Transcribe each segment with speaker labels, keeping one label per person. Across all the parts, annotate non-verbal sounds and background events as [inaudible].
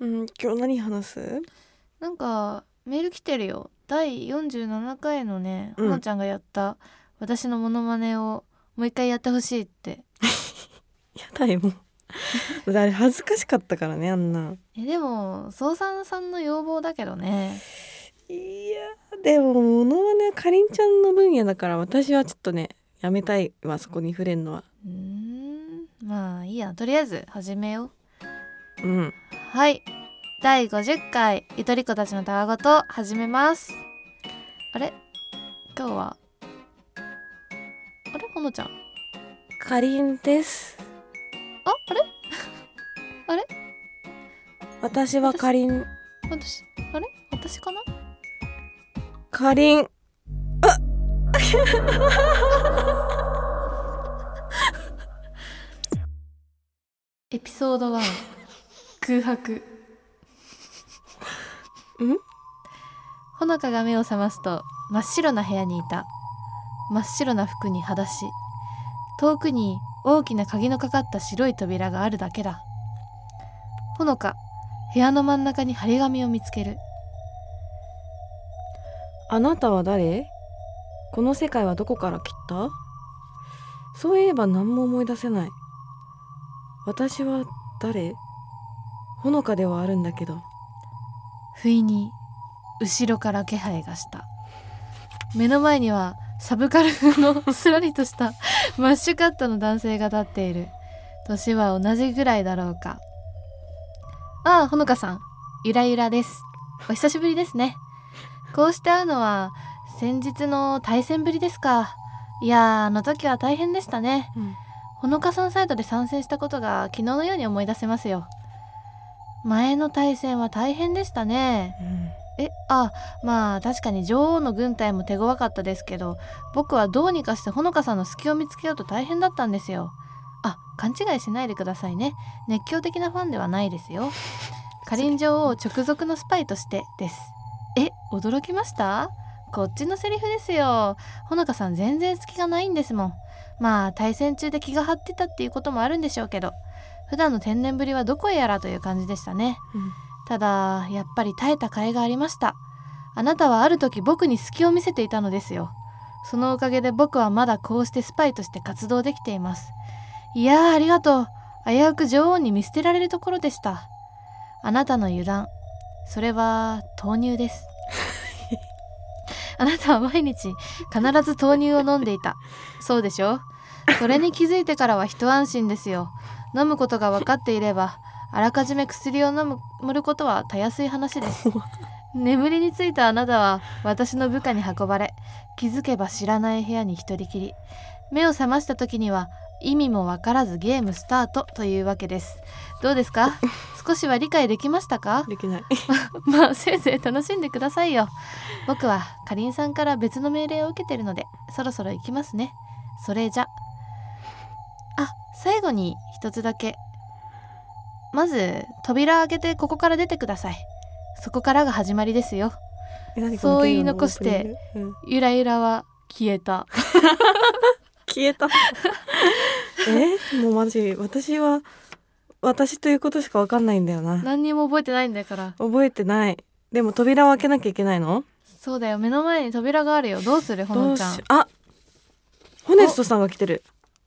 Speaker 1: うん、今日何話す
Speaker 2: なんかメール来てるよ第47回のね、
Speaker 1: うん
Speaker 2: ほのちゃんがやった私のモノマネをもう一回やってほしいって
Speaker 1: [laughs] や [laughs] だよもうだってあれ恥ずかしかったからねあんな
Speaker 2: えでも総さんさんの要望だけどね
Speaker 1: いやでもモノマネはかりんちゃんの分野だから私はちょっとねやめたいわそこに触れんのは
Speaker 2: うーんまあいいやとりあえず始めよ
Speaker 1: う
Speaker 2: う
Speaker 1: ん
Speaker 2: はい第50回ゆとりっ子たちのたわごと始めますあれ今日はあれほのちゃん
Speaker 1: かりんです
Speaker 2: ああれ
Speaker 1: 私はかりん
Speaker 2: 私あれ私かな
Speaker 1: かりん
Speaker 2: エピソード1空白
Speaker 1: ん
Speaker 2: ほのかが目を覚ますと真っ白な部屋にいた真っ白な服に裸足遠くに大きな鍵のかかった白い扉があるだけだほのか部屋の真ん中に張り紙を見つける
Speaker 1: あなたは誰この世界はどこから来たそういえば何も思い出せない私は誰ほのかではあるんだけど
Speaker 2: 不意に後ろから気配がした目の前にはサブカル風のすらりとした [laughs] マッシュカットの男性が立っている年は同じぐらいだろうかああほのかさんゆらゆらですお久しぶりですねこうして会うのは先日の対戦ぶりですかいやーあの時は大変でしたねほのかさんサイドで参戦したことが昨日のように思い出せますよ前の対戦は大変でしたね
Speaker 1: うん
Speaker 2: えあまあ確かに女王の軍隊も手強かったですけど僕はどうにかしてほのかさんの隙を見つけようと大変だったんですよあ勘違いしないでくださいね熱狂的なファンではないですよかりん女王直属のスパイとしてですえ驚きましたこっちのセリフですよほのかさん全然隙がないんですもんまあ対戦中で気が張ってたっていうこともあるんでしょうけど普段の天然ぶりはどこへやらという感じでしたねただやっぱり耐えた甲斐がありましたあなたはある時僕に隙を見せていたのですよそのおかげで僕はまだこうしてスパイとして活動できていますいやーありがとう危うく女王に見捨てられるところでしたあなたの油断それは豆乳ですあなたは毎日必ず豆乳を飲んでいたそうでしょそれに気づいてからは一安心ですよ飲むことが分かっていればあらかじめ薬を飲む盛ることはたやすい話です眠りについたあなたは私の部下に運ばれ気づけば知らない部屋に一人きり目を覚ました時には意味も分からずゲームスタートというわけですどうですか少しは理 [laughs] 解できましたか
Speaker 1: できない
Speaker 2: まあせいぜい楽しんでくださいよ僕はかりんさんから別の命令を受けてるのでそろそろ行きますねそれじゃあ最後に一つだけまず扉開けてここから出てくださいそこからが始まりですよ
Speaker 1: え何この
Speaker 2: そう言
Speaker 1: ゲ
Speaker 2: い
Speaker 1: ームの
Speaker 2: 残して
Speaker 1: オープニング、うん
Speaker 2: ゆらゆらは消え [laughs] た
Speaker 1: 消えた [laughs] えもうマジ私は私ということしかわかんないんだよな
Speaker 2: 何にも覚えてないんだから
Speaker 1: 覚えてないでも扉を開けなきゃいけないの
Speaker 2: そうだよ目の前に扉があるよどうするほのちゃ
Speaker 1: どう
Speaker 2: ん
Speaker 1: しあホネストさんが来てる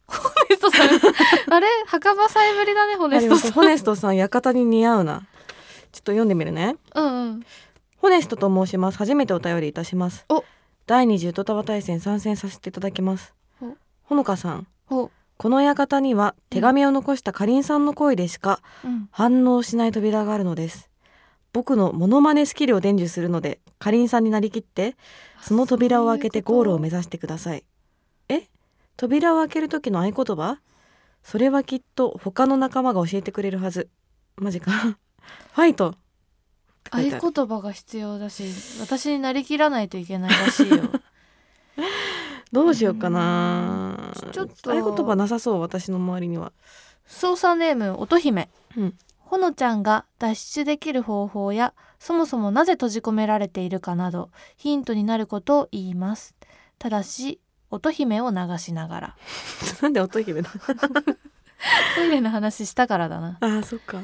Speaker 2: ホネストさ [laughs] んあれ墓場さえぶりだねホ
Speaker 1: ホ
Speaker 2: ネストさん
Speaker 1: ホネストさん館に似合うなちょっと読んでみるね
Speaker 2: うんうん
Speaker 1: ホネストと申します初めてお便りいたします
Speaker 2: お
Speaker 1: 第二次ウトタワ大戦参戦させていただきます
Speaker 2: お
Speaker 1: ほのかさん
Speaker 2: ほ
Speaker 1: この館には手紙を残したかりんさんの声でしか
Speaker 2: う、うん、
Speaker 1: 反応しない扉があるのです僕のモノマネスキルを伝授するのでかりんさんになりきってその扉を開けてゴールを目指してくださいえ扉を開ける時の合言葉それはきっと他の仲間が教えてくれるはずマジかファイトって書いてあ
Speaker 2: 合
Speaker 1: る
Speaker 2: 言葉が必要だし私になりきらないといけないらしい
Speaker 1: [laughs]
Speaker 2: よ
Speaker 1: どうしようかな
Speaker 2: うんちょっと
Speaker 1: 合言葉なさそう私の周りには [laughs]
Speaker 2: 操作ネーム乙姫、
Speaker 1: うん
Speaker 2: ほのちゃんが脱出できる方法やそもそもなぜ閉じ込められているかなどヒントになることを言いますただし乙姫を流しながら
Speaker 1: なんで乙姫なの
Speaker 2: トイレの話したからだな
Speaker 1: あーそっか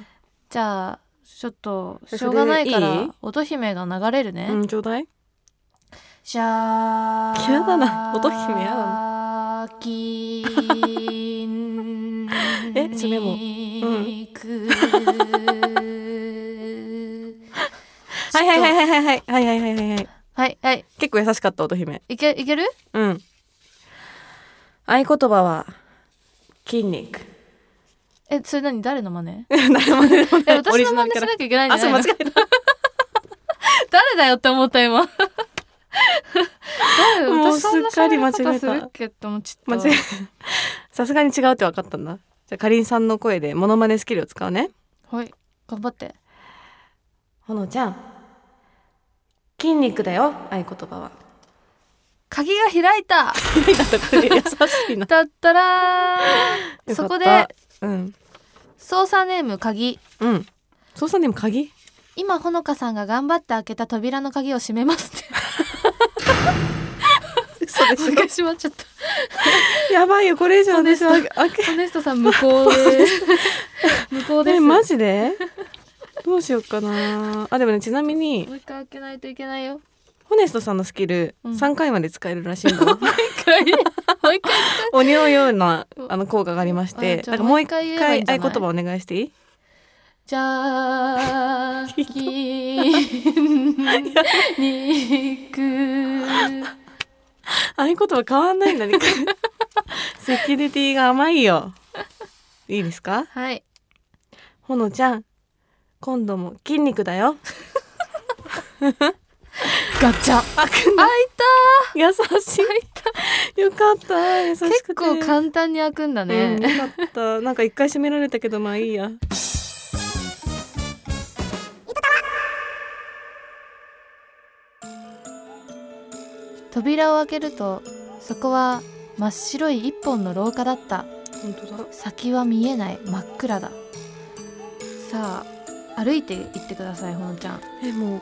Speaker 2: じゃあちょっと
Speaker 1: それ
Speaker 2: しょうがないか
Speaker 1: いい
Speaker 2: ら乙姫が流れるね、
Speaker 1: うんちょうだい
Speaker 2: シャー
Speaker 1: 嫌だな乙姫嫌だ
Speaker 2: なキー [laughs] ン
Speaker 1: え爪 [laughs] も
Speaker 2: に行く [laughs]
Speaker 1: はいはいはいはいはいはいはいはいはいはい
Speaker 2: はいはい
Speaker 1: 結構優しかった乙姫
Speaker 2: いけいける
Speaker 1: うん合言葉は筋肉
Speaker 2: えそれ何誰の真似
Speaker 1: [laughs] 誰も [laughs] 出てこな
Speaker 2: え
Speaker 1: いオ
Speaker 2: 私
Speaker 1: リジ
Speaker 2: の
Speaker 1: ナルキ
Speaker 2: 真似
Speaker 1: ャ
Speaker 2: し
Speaker 1: ラ
Speaker 2: なきゃいけないん
Speaker 1: あ
Speaker 2: じ
Speaker 1: そ
Speaker 2: ゃ
Speaker 1: う
Speaker 2: な
Speaker 1: 間
Speaker 2: い
Speaker 1: 違
Speaker 2: の
Speaker 1: えた
Speaker 2: [laughs] 誰だよって思っ
Speaker 1: [laughs]
Speaker 2: た今誰
Speaker 1: もう
Speaker 2: 私そんな
Speaker 1: すっかり
Speaker 2: 喋り
Speaker 1: 間違
Speaker 2: 方
Speaker 1: えた
Speaker 2: するっけって思っち
Speaker 1: [laughs]
Speaker 2: ゃ
Speaker 1: 間
Speaker 2: っ
Speaker 1: 違
Speaker 2: た
Speaker 1: え [laughs] さすがに違うって分かったんだじゃあかりんさんの声でモノマネスキルを使うね
Speaker 2: はい頑張って
Speaker 1: ほのちゃん筋肉だよ合言葉は
Speaker 2: 鍵が開いた
Speaker 1: 優しい [laughs] な
Speaker 2: だったら
Speaker 1: [laughs] よか
Speaker 2: そ
Speaker 1: った
Speaker 2: こで
Speaker 1: うん
Speaker 2: 操作ネーム鍵
Speaker 1: うんそうさんでも鍵
Speaker 2: 今ほのかさんが頑張って開けた扉の鍵を閉めます [laughs] って
Speaker 1: 嘘で
Speaker 2: 私が閉まっちゃった
Speaker 1: [laughs] やばいよこれ以上です
Speaker 2: そう
Speaker 1: わ
Speaker 2: で
Speaker 1: あけ
Speaker 2: ホネストさん向こうで [laughs] 向こうです、
Speaker 1: えマ
Speaker 2: も
Speaker 1: ジでどうしようかなあでもねちなみに
Speaker 2: う一回開けないといけないよも
Speaker 1: ホネストさんのスキル
Speaker 2: うん
Speaker 1: 3回まで使えるら
Speaker 2: [laughs]
Speaker 1: しいの、
Speaker 2: う一回もう一回
Speaker 1: 鬼のようなあの効果がありまして
Speaker 2: あじ
Speaker 1: な
Speaker 2: ゃあ
Speaker 1: んかもう一
Speaker 2: もう一回言えばい
Speaker 1: 回
Speaker 2: いんじゃ
Speaker 1: 合言
Speaker 2: ない
Speaker 1: 葉お願いしていい
Speaker 2: じゃあき [laughs] にく
Speaker 1: 合言葉変わんないんだね
Speaker 2: [laughs]
Speaker 1: セキュリティが甘いよいいですか
Speaker 2: はい
Speaker 1: ほのちゃん今度も筋肉だよ
Speaker 2: ガチャ開い
Speaker 1: 優しいよかった優しくて
Speaker 2: た結構簡単に開くんだね、
Speaker 1: うん、よかったなんか一回閉められたけどまあいいや
Speaker 2: 扉を開けるとそこは真っ白い一本の廊下だった
Speaker 1: 本当だ
Speaker 2: 先は見えない真っ暗ださあ歩いて行ってくださいほのちゃん
Speaker 1: えもう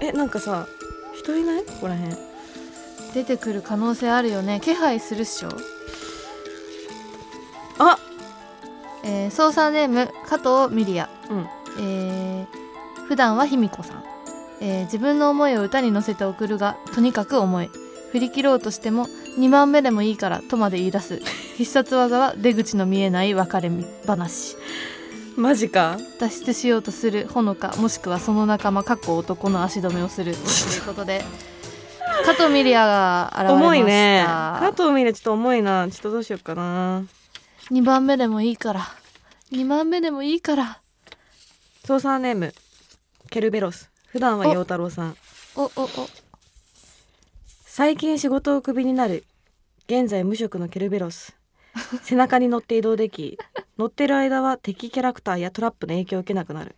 Speaker 1: えなんかさ人いないここら辺
Speaker 2: 出てくる可能性あるよね気配するっしょ
Speaker 1: あ
Speaker 2: えー、操作ネーム加藤ミリア、
Speaker 1: うん
Speaker 2: えー普段は卑弥呼さん、えー自分の思いを歌に乗せて送るがとにかく重い振り切ろうとしても2番目でもいいからとまで言い出す必殺技は出口の見えない別れ話
Speaker 1: マジか
Speaker 2: 脱出しようとするほのかもしくはその仲間かっこ男の足止めをするということ
Speaker 1: [laughs]
Speaker 2: で加藤ミリアが現れました
Speaker 1: 重いね加藤ミリちょっと重いなちょっとどうしようかな
Speaker 2: 2番目でもいいから2番目でもいいから
Speaker 1: 操作ネームケルベロス普段は陽太郎さん
Speaker 2: おおお
Speaker 1: 最近仕事をクビになる現在無職のケルベロ
Speaker 2: [laughs]
Speaker 1: ス背中に乗って移動でき乗ってる間は敵キャラクターやトラップの影響を受けなくなる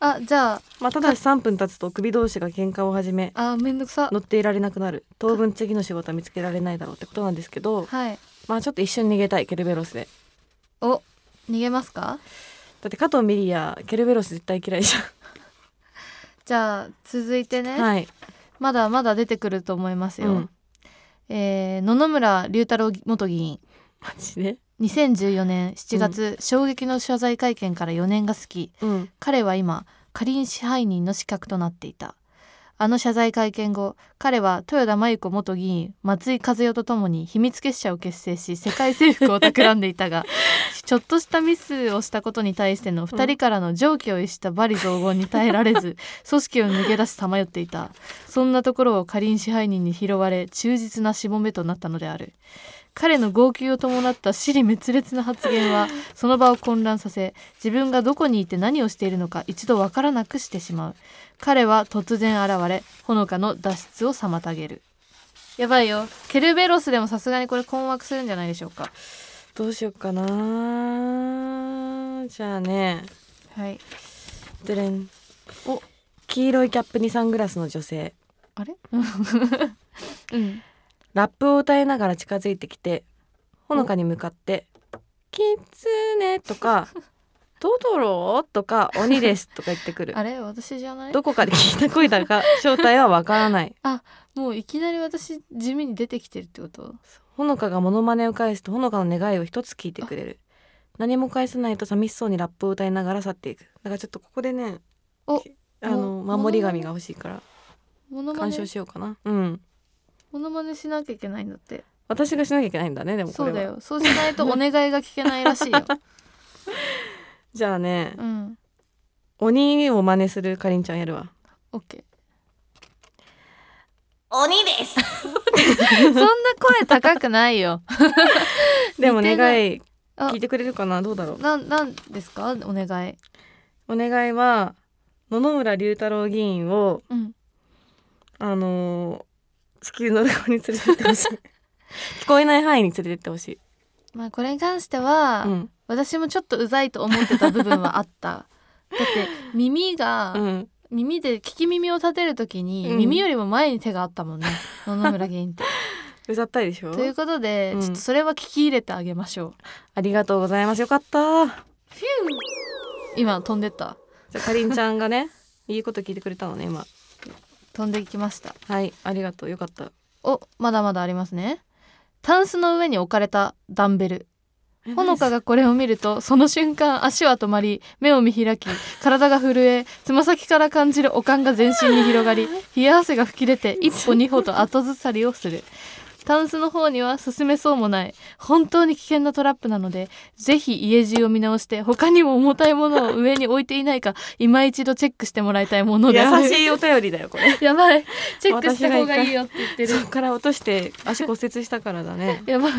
Speaker 2: あじゃあ
Speaker 1: まあただし3分経つと首同士が喧嘩を始め
Speaker 2: あめんどくさ
Speaker 1: 乗っていられなくなる当分次の仕事は見つけられないだろうってことなんですけど
Speaker 2: はい
Speaker 1: まあちょっと一緒に逃げたいケルベロスで
Speaker 2: お逃げますか
Speaker 1: だって加藤ミリやケルベロス絶対嫌いじ
Speaker 2: じゃあ続いて
Speaker 1: ゃ
Speaker 2: ね、
Speaker 1: んはい、
Speaker 2: まだまだ出てくると思いますよ、
Speaker 1: うん
Speaker 2: えー野々村龍太郎元議員
Speaker 1: マジで
Speaker 2: 2014年7月、衝撃の謝罪会見から4年が過ぎ
Speaker 1: うん
Speaker 2: 彼は今仮に支配人の資格となっていたあの謝罪会見後彼は豊田真由子元議員松井和代とともに秘密結社を結成し世界征服を企んでいたがちょっとしたミスをしたことに対しての2人からの常軌を逸した罵詈雑言に耐えられず組織を抜け出しさまよっていたそんなところを仮に支配人に拾われ忠実なしもべとなったのである彼の号泣を伴った尻滅裂な発言はその場を混乱させ自分がどこにいて何をしているのか一度わからなくしてしまう彼は突然現れほのかの脱出を妨げるやばいよケルベロスでもさすがにこれ困惑するんじゃないでしょうか
Speaker 1: どうしようかなじゃあね
Speaker 2: はい
Speaker 1: でれんお黄色いキャップにサングラスの女性 [laughs]
Speaker 2: あれうん
Speaker 1: ラップを歌いながら近づいてきてほのかに向かって「キツネ」と
Speaker 2: [laughs]
Speaker 1: か「トトロ」とか「鬼です」とか言ってくる
Speaker 2: あれ私じゃない
Speaker 1: どこかで聞いた声だが正体はわからない
Speaker 2: もういきなり私地味に出てきてるってこと
Speaker 1: ほのかがモノマネを返すとほのかの願いを一つ聞いてくれる何も返せないと寂しそうにラップを歌いながら去っていくだからちょっとここでね
Speaker 2: お
Speaker 1: あの
Speaker 2: も
Speaker 1: 守り神が欲しいから
Speaker 2: モノマ
Speaker 1: 鑑
Speaker 2: ネ
Speaker 1: 賞しようかなうん
Speaker 2: モノマネしなきゃいけないんだって
Speaker 1: 私がしなきゃいけないんだねでもこ
Speaker 2: そ
Speaker 1: れ
Speaker 2: うだ
Speaker 1: は
Speaker 2: よそうしないとお願いが聞けない
Speaker 1: [laughs]
Speaker 2: らしいよ
Speaker 1: じゃあね
Speaker 2: うん
Speaker 1: 鬼を真似するかりんちゃんや
Speaker 2: [laughs]
Speaker 1: るわ
Speaker 2: オッケ
Speaker 3: 鬼です。
Speaker 2: ー [laughs] そんな声高くないよ [laughs]
Speaker 1: でも願
Speaker 2: 似てないあ
Speaker 1: 聞いてくれるかなどうだろう
Speaker 2: なんなんですかお願い
Speaker 1: お願いは野々村龍太郎議員を
Speaker 2: うん
Speaker 1: あのー地球のどこに連れて行ってほしい
Speaker 2: [laughs]
Speaker 1: 聞こえない範囲に連れて行ってほしい、
Speaker 2: まあこれに関しては、
Speaker 1: うん
Speaker 2: 私もちょっとうざいと思ってた部分はあった
Speaker 1: [laughs]
Speaker 2: だって耳が、
Speaker 1: うん、
Speaker 2: 耳で聞き耳を立てるときに、
Speaker 1: うん
Speaker 2: 耳よりも前に手があっ
Speaker 1: [laughs]
Speaker 2: たもんね野々村議員って
Speaker 1: うざったいでしょ
Speaker 2: ということで、
Speaker 1: うん
Speaker 2: ちょっとそれは聞き入れてあげましょう
Speaker 1: ありがとうございますよかったじゃ
Speaker 2: 今飛んでった
Speaker 1: あかりんちゃんがね [laughs] いいこと聞いてくれたのね今
Speaker 2: 飛んできました
Speaker 1: はいありがとうよかった
Speaker 2: おまだまだありますねタンスの上に置かれたダンベルほのかがこれを見るとその瞬間足は止まり目を見開き体が震えつま先から感じる悪寒が全身に広がり冷や汗が吹き出て一歩二歩と後ずさりをするタンスの方には進めそうもない本当に危険なトラップなのでぜひ家中を見直して他にも重たいものを上に置いていないか今一度チェックしてもらいたいものである
Speaker 1: 優しいお便りだよこれ
Speaker 2: やばいチェックした方がいいよって言って
Speaker 1: そ
Speaker 2: る
Speaker 1: こから落として足骨折したからだ
Speaker 2: [laughs]
Speaker 1: ね
Speaker 2: やばい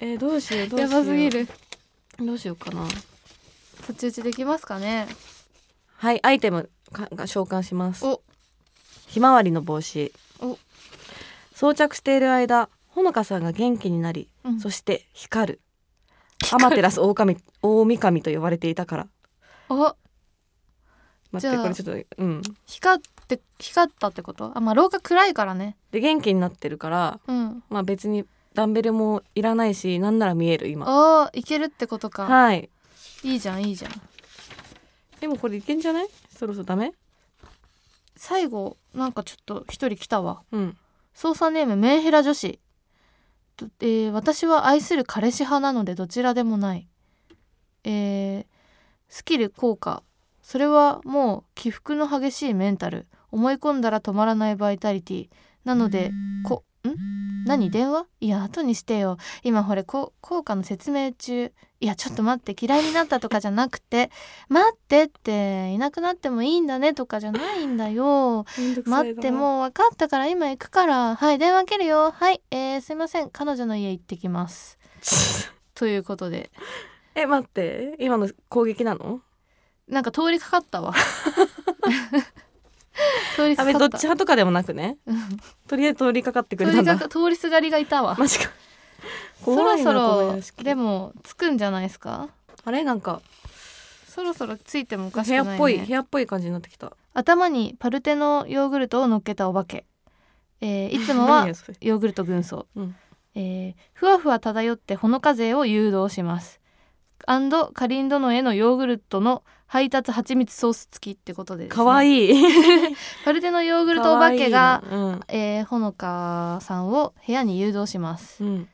Speaker 1: えーどうしようどうしよ
Speaker 2: や
Speaker 1: う
Speaker 2: ばすぎる
Speaker 1: どうしようかな
Speaker 2: 太刀打ちできますかね
Speaker 1: はいアイテムかが召喚します
Speaker 2: お
Speaker 1: ひまわりの帽子
Speaker 2: お
Speaker 1: 装着している間ほのかさんが元気になり、
Speaker 2: うん
Speaker 1: そして光るアマテ
Speaker 2: [laughs]
Speaker 1: ラス大神大神と呼ばれていたから
Speaker 2: お
Speaker 1: 待っ
Speaker 2: じ
Speaker 1: て
Speaker 2: ゃあ
Speaker 1: これちょっとうん
Speaker 2: 光って光ったってことあまあ廊下暗いからね
Speaker 1: で元気になってるから
Speaker 2: うん
Speaker 1: まあ別にダンベルもいらないしなんなら見える今
Speaker 2: あーいけるってことか、
Speaker 1: はい
Speaker 2: い、いじゃんいいじゃん
Speaker 1: でもこれいけんじゃないそろそろダメ
Speaker 2: 最後なんかちょっと一人来たわ
Speaker 1: うん
Speaker 2: 操作ネームメンヘラ女子とえー私は愛する彼氏派なのでどちらでもないえースキル効果それはもう起伏の激しいメンタル思い込んだら止まらないバイタリティなのでこん何電話いや後にしてよ今ほれこ効果の説明中いやちょっと待って嫌いになったとかじゃなくて待ってっていなくなってもいいんだねとかじゃないんだよ待ってもう分かったから今行くからはい電話切るよはいえー、すいません彼女の家行ってきますということで
Speaker 1: [laughs] え待って今の攻撃なの
Speaker 2: なんか通りかかっ
Speaker 1: [laughs]
Speaker 2: たわ通り
Speaker 1: あ
Speaker 2: かか
Speaker 1: べ
Speaker 2: った
Speaker 1: どっち派とかでもなくね
Speaker 2: うん
Speaker 1: とりあえず通りかかってくれ
Speaker 2: 通
Speaker 1: たん
Speaker 2: り
Speaker 1: だ
Speaker 2: かか通りすがりがいたわ
Speaker 1: マジか
Speaker 2: そろそ
Speaker 1: 怖いなこの
Speaker 2: ろ
Speaker 1: 屋敷
Speaker 2: でも着くんじゃないですか
Speaker 1: あれなんか
Speaker 2: そろそろ着いてもおかし
Speaker 1: 部
Speaker 2: く
Speaker 1: 屋
Speaker 2: ない、ね、
Speaker 1: っぽい、部屋っぽい感じになってきた
Speaker 2: 頭にパルテのヨーグルトを乗っけたお化け、えーいつも
Speaker 1: [laughs] 何
Speaker 2: は
Speaker 1: やそれ
Speaker 2: ヨーグルト軍曹、
Speaker 1: うん
Speaker 2: えーふわふわ漂ってほのか勢を誘導しますアンドかりん殿へのヨーグルトの配達蜂蜜ソース付きってことでです、ね、
Speaker 1: かわいい
Speaker 2: [laughs] パルテのヨーグルトお化けが
Speaker 1: 可愛いな
Speaker 2: えーほのかさんを部屋に誘導します、
Speaker 1: うん、うん、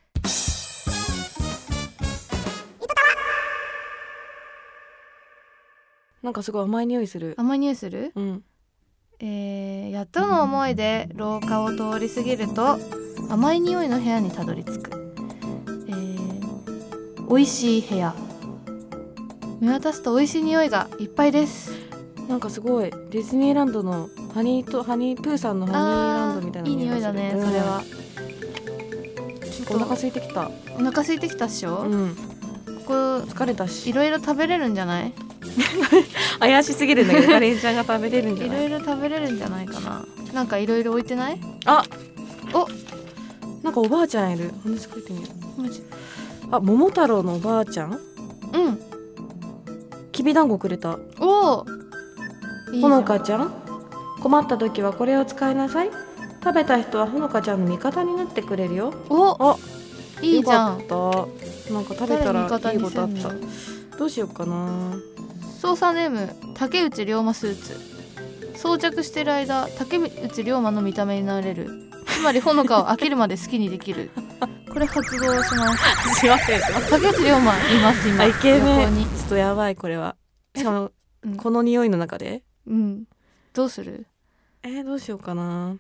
Speaker 1: なんかすごい甘い匂いする
Speaker 2: 甘い匂いする
Speaker 1: うん
Speaker 2: えーやっとの思いで廊下を通り過ぎると甘い匂いの部屋にたどり着く、えー、美味しい部屋見渡すと美味しい匂いがいっぱいです
Speaker 1: なんかすごいディズニーランドのハニーとハニープーさんのハニーランドみたいな
Speaker 2: あーいい匂いだねそれは、
Speaker 1: ちょっ
Speaker 2: と
Speaker 1: とお腹空いてきた
Speaker 2: お腹空いてきたっしょ、
Speaker 1: うん
Speaker 2: ここ
Speaker 1: 疲れた
Speaker 2: い
Speaker 1: し
Speaker 2: ろいろ食べれるんじゃない
Speaker 1: 怪しすぎるん
Speaker 2: [laughs]
Speaker 1: だけどカレンちゃんが食べれるんじゃ
Speaker 2: い
Speaker 1: な
Speaker 2: ろ
Speaker 1: い
Speaker 2: いろ食べれるんじゃないかななんかいろいろ置いてない
Speaker 1: あ
Speaker 2: お
Speaker 1: なんかおばあちゃんいる話しかけてみよ
Speaker 2: マジ
Speaker 1: うあ桃太郎のおばあちゃん
Speaker 2: うん
Speaker 1: きびだんごくれた
Speaker 2: おお
Speaker 1: ほのかちゃん困った時はこれを使いなさい食べた人はほのかちゃんの味方になってくれるよ
Speaker 2: お
Speaker 1: あ
Speaker 2: いいじゃん
Speaker 1: よかったなんか食べたらいいことあっ
Speaker 2: 誰味方に
Speaker 1: たどうしようかな
Speaker 2: 操作ネーム竹内涼真スーツ装着して
Speaker 1: [laughs]
Speaker 2: る間竹内涼真の見た目になれるつまりほのかを飽きるまで好きにできるこれ発動します
Speaker 1: すいませんすいません
Speaker 2: 竹内涼真います今
Speaker 1: あイケメ
Speaker 2: 横
Speaker 1: ン
Speaker 2: に
Speaker 1: ちょっとやばいこれはしかも
Speaker 2: うん
Speaker 1: この匂いの中で
Speaker 2: うんどうする
Speaker 1: えー、どうしようかな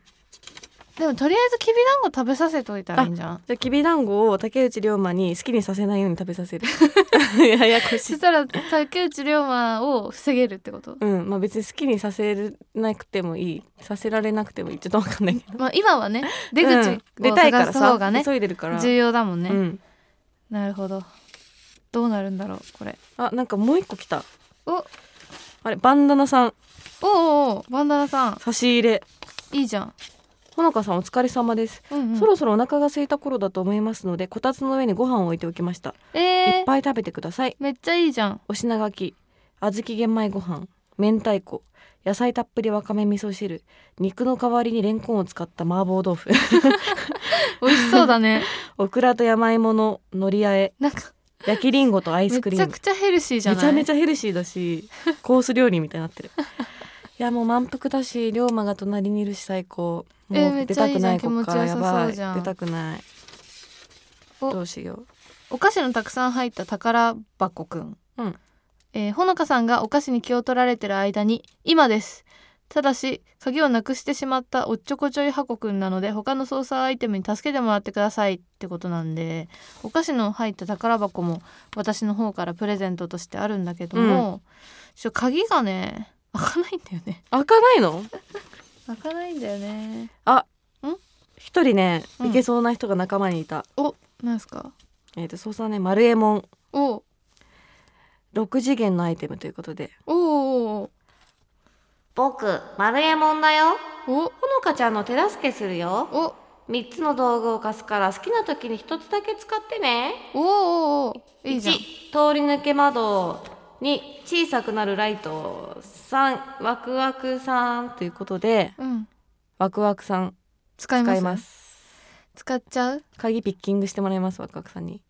Speaker 2: でもとりあえずきびだんご食べさせといたらいいんじゃん
Speaker 1: じゃあきびだんごを竹内涼真に好きにさせないように食べさせる [laughs] ややこし
Speaker 2: そ
Speaker 1: い
Speaker 2: したら竹内涼真を防げるってこと、
Speaker 1: うんまあ別に好きにさせなくてもいいさせられなくてもいいちょっとわかんないけど
Speaker 2: まあ、今はね出
Speaker 1: う
Speaker 2: 口
Speaker 1: ん出
Speaker 2: を
Speaker 1: たいか
Speaker 2: 探
Speaker 1: ら
Speaker 2: す方
Speaker 1: さ
Speaker 2: がね、
Speaker 1: 急いでるから
Speaker 2: 重要だもんね、
Speaker 1: うん、
Speaker 2: なるほどどうなるんだろうこれ
Speaker 1: あなんかもう一個来た
Speaker 2: おお
Speaker 1: あれバンダナさん
Speaker 2: おうおうバンダナさん
Speaker 1: 差し入れ
Speaker 2: いいじゃん、
Speaker 1: ほのかさんお疲れ様です、
Speaker 2: うんうん
Speaker 1: そろそろお腹が空いた頃だと思いますのでこたつの上にご飯を置いておきました、い
Speaker 2: え
Speaker 1: っ
Speaker 2: ー、
Speaker 1: ぱい食べてください
Speaker 2: めっちゃいいじゃん
Speaker 1: お品書き小豆玄米ご飯明太子野菜たっぷりわかめ味噌汁肉の代わりにレンコンを使った麻婆豆腐
Speaker 2: [laughs] 美味しそう
Speaker 1: [laughs]
Speaker 2: だね
Speaker 1: オクラと山芋ののりあえ
Speaker 2: なんか
Speaker 1: 焼きりんごとアイス
Speaker 2: め
Speaker 1: クリ
Speaker 2: ち
Speaker 1: ー
Speaker 2: ゃ
Speaker 1: ム
Speaker 2: くちゃヘルシーじゃ
Speaker 1: め
Speaker 2: な
Speaker 1: ちゃ
Speaker 2: い
Speaker 1: めちゃヘルシーだ
Speaker 2: [laughs]
Speaker 1: しコース料理みたいになってるいやもう満腹だし龍馬が隣にいるし最高も
Speaker 2: えーめ
Speaker 1: う
Speaker 2: っ
Speaker 1: 出
Speaker 2: ちゃ
Speaker 1: た
Speaker 2: い
Speaker 1: く
Speaker 2: いじゃん
Speaker 1: ないこっからや
Speaker 2: 気持ちよさ
Speaker 1: ば
Speaker 2: そう
Speaker 1: い
Speaker 2: じゃん
Speaker 1: 出たくない
Speaker 2: お
Speaker 1: どうしよ
Speaker 2: お菓子のたくさん入った宝箱くん、
Speaker 1: うん
Speaker 2: えーほのかさんがお菓子に気を取られてる間に今ですただし鍵をなくしてしまったおっちょこちょい箱くんなので他の操作アイテムに助けてもらってくださいってことなんでお菓子の入った宝箱も私の方からプレゼントとしてあるんだけども、ちょ鍵がね開かないんだよね
Speaker 1: う開かないの
Speaker 2: 開かないんだよね
Speaker 1: 一人ね
Speaker 2: うん
Speaker 1: いけそうな人が仲間にいた、
Speaker 2: おなんすか
Speaker 1: えっ、とそうさね丸右衛門
Speaker 2: お
Speaker 1: 6次元のアイテムということで
Speaker 2: おお
Speaker 3: 僕、丸右衛門だよ。
Speaker 2: お
Speaker 3: ほのかちゃんの手助けするよ。
Speaker 2: お
Speaker 3: 3つの道具を貸すから好きな時に1つだけ使ってね。
Speaker 2: おおおいいじゃん
Speaker 3: 1、通り抜け窓。2、小さくなるライト。3、ワクワクさん。
Speaker 1: ということで
Speaker 2: うん
Speaker 1: ワクワクさん
Speaker 2: 使います
Speaker 1: 使います
Speaker 2: 使っちゃう
Speaker 1: 鍵ピッキングしてもらいますワクワクさんに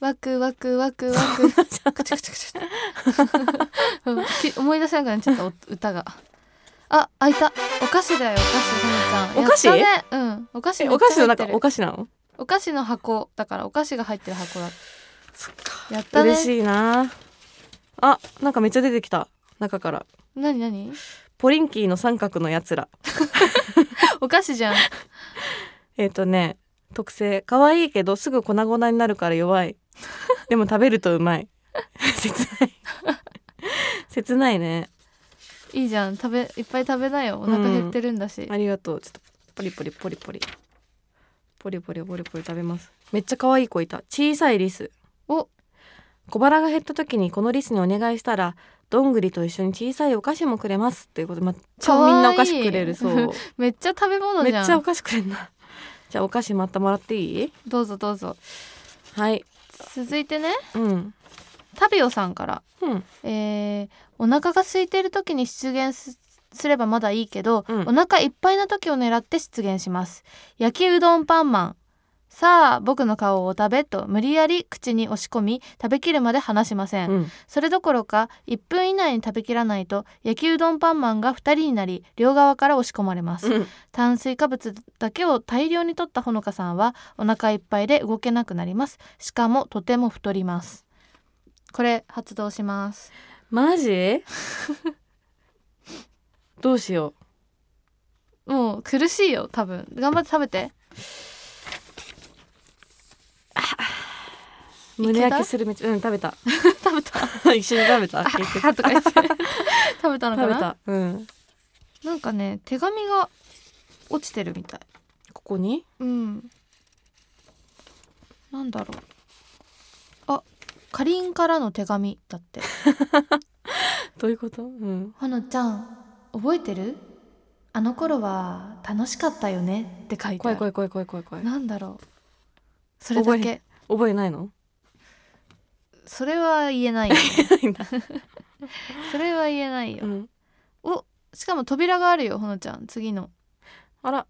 Speaker 2: ワクワクワクワクくちゃくちゃくちゃくちゃ [laughs] き思い出せなくなっちゃったお歌があ開いたお菓子だよお菓子ほのちゃん
Speaker 1: お菓子
Speaker 2: やったねうんお菓子
Speaker 1: え
Speaker 2: めっ
Speaker 1: お
Speaker 2: ちゃ
Speaker 1: 菓子の
Speaker 2: 入って
Speaker 1: 中
Speaker 2: る
Speaker 1: お菓子なの
Speaker 2: お菓子の箱だからお菓子が入ってる箱だ
Speaker 1: そっか
Speaker 2: やったね
Speaker 1: 嬉しいなあなんかめっちゃ出てきた中から
Speaker 2: なになに
Speaker 1: ポリンキーの三角のやつら
Speaker 2: お菓子じゃん
Speaker 1: えっ、とね特性可愛いけどすぐ粉々になるから弱 [laughs] いでも食べるとうまい切ない切ないね
Speaker 2: いいじゃん食べいっぱい食べなよお腹減ってるんだし、
Speaker 1: ありがとうちょっとポリポリポリポリポリポリポリポリ食べますめっちゃ可愛い子いた小さいリス
Speaker 2: お
Speaker 1: 小腹が減った時にこのリスにお願いしたらどんぐりと一緒に小さいお菓子もくれますっていうことでまあ超みんなお菓子くれる
Speaker 2: かわ
Speaker 1: そ
Speaker 2: いう [laughs] めっちゃ食べ物
Speaker 1: めっ
Speaker 2: じ
Speaker 1: ち
Speaker 2: ゃ
Speaker 1: ゃ
Speaker 2: ん
Speaker 1: お菓子くれんな [laughs] じゃあお菓子またもらっていい
Speaker 2: どうぞどうぞ
Speaker 1: はい
Speaker 2: 続いてね
Speaker 1: うん
Speaker 2: タビオさんから
Speaker 1: うん
Speaker 2: えーお腹が空いている時に出現すすればまだいいけど、
Speaker 1: うん
Speaker 2: お腹いっぱいな時を狙って出現します焼きうどんパンマンさあ僕の顔をお食べと無理やり口に押し込み食べきるまで離しません、
Speaker 1: うん
Speaker 2: それどころか1分以内に食べきらないと焼きうどんパンマンが2人になり両側から押し込まれます、
Speaker 1: うん
Speaker 2: 炭水化物だけを大量に摂ったほのかさんはお腹いっぱいで動けなくなりますしかもとても太りますこれ発動します
Speaker 1: マ
Speaker 2: [laughs]
Speaker 1: ジどうしよ
Speaker 2: もう苦しいよ多分頑張って食べて
Speaker 1: う
Speaker 2: いけた
Speaker 1: 胸焼けするめっちゃうん食べた
Speaker 2: [laughs] 食べ
Speaker 1: [laughs]
Speaker 2: た
Speaker 1: 一緒に食べ
Speaker 2: [laughs]
Speaker 1: た結局
Speaker 2: とか言って食べたのか
Speaker 1: 食
Speaker 2: な
Speaker 1: べたうん
Speaker 2: なんかね手紙が落ちてるみたい
Speaker 1: ここに
Speaker 2: うんなんだろうあかりんからの手紙だって
Speaker 1: どういうことうん
Speaker 2: ほのちゃん覚えてるあの頃は楽しかったよねって書いてあ
Speaker 1: 怖
Speaker 2: る
Speaker 1: い怖い怖い怖い怖い怖い
Speaker 2: なんだろうそれだ
Speaker 1: 覚
Speaker 2: け
Speaker 1: 覚えないの
Speaker 2: それは言えないよ [laughs] それは言えないよ、
Speaker 1: うん
Speaker 2: おしかも扉があるよほのちゃん次の
Speaker 1: あら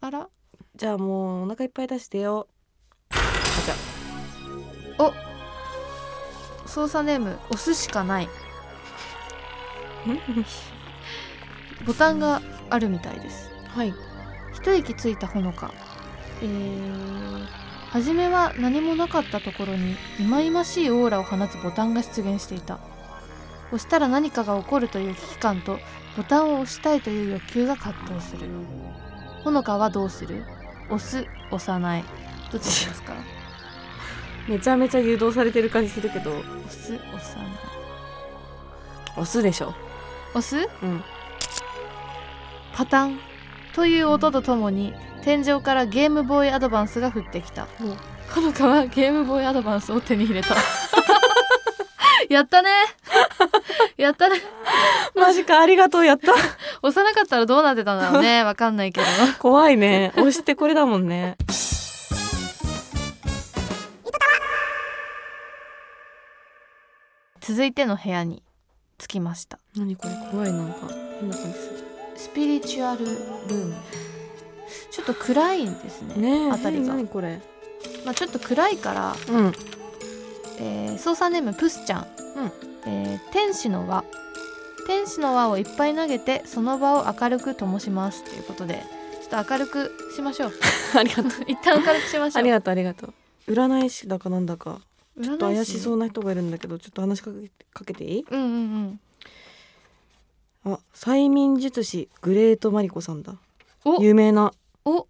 Speaker 2: あら
Speaker 1: じゃあもうお腹いっぱい出してよあじゃ
Speaker 2: 操作ネーム押すし
Speaker 1: [laughs]
Speaker 2: かないボタンがあるみたいです
Speaker 1: あはい
Speaker 2: 一息ついたほのかえー、初めは何もなかったところに忌々しいオーラを放つボタンが出現していた押したら何かが起こるという危機感とボタンを押したいという欲求が葛藤するほのかはどうする押す押さないどっちで
Speaker 1: [laughs]
Speaker 2: すか
Speaker 1: めちゃめちゃ誘導されてる感じするけど
Speaker 2: 押す押さない
Speaker 1: 押すでしょ
Speaker 2: 押す
Speaker 1: うん
Speaker 2: パタンという音とともに天井からゲームボーイアドバンスが降ってきたほのかはゲームボーイアドバンスを手に入れた [laughs] やったねやったね
Speaker 1: マジかありがとうやった
Speaker 2: 押さなかったらどうなってたんだろうねわかんないけど
Speaker 1: 怖いね押してこれだもんね
Speaker 2: 続いての部屋に着きました
Speaker 1: 何これ怖いなんか変な感じす
Speaker 2: スピリチュアルルームちょっと暗いんですね
Speaker 1: るねえ
Speaker 2: あたりが、
Speaker 1: 何これ
Speaker 2: まあ、ちょっと暗いから、
Speaker 1: うん
Speaker 2: えー、操作ネームプスちゃん、えー天使の輪天使の輪をいっぱい投げてその場を明るく灯しますということでちょっと明るくしましょう [laughs]
Speaker 1: ありがとう
Speaker 2: 一旦明るくしましょ
Speaker 1: あ
Speaker 2: う
Speaker 1: りがとうありがとう占い師だかなんだか
Speaker 2: ちょ
Speaker 1: ちょっと怪しそううな人がいるんだけどちょっと話しかけかけていい
Speaker 2: うんうんうん
Speaker 1: あ催眠術師グレートマリコさんだ
Speaker 2: お
Speaker 1: 有名な
Speaker 2: お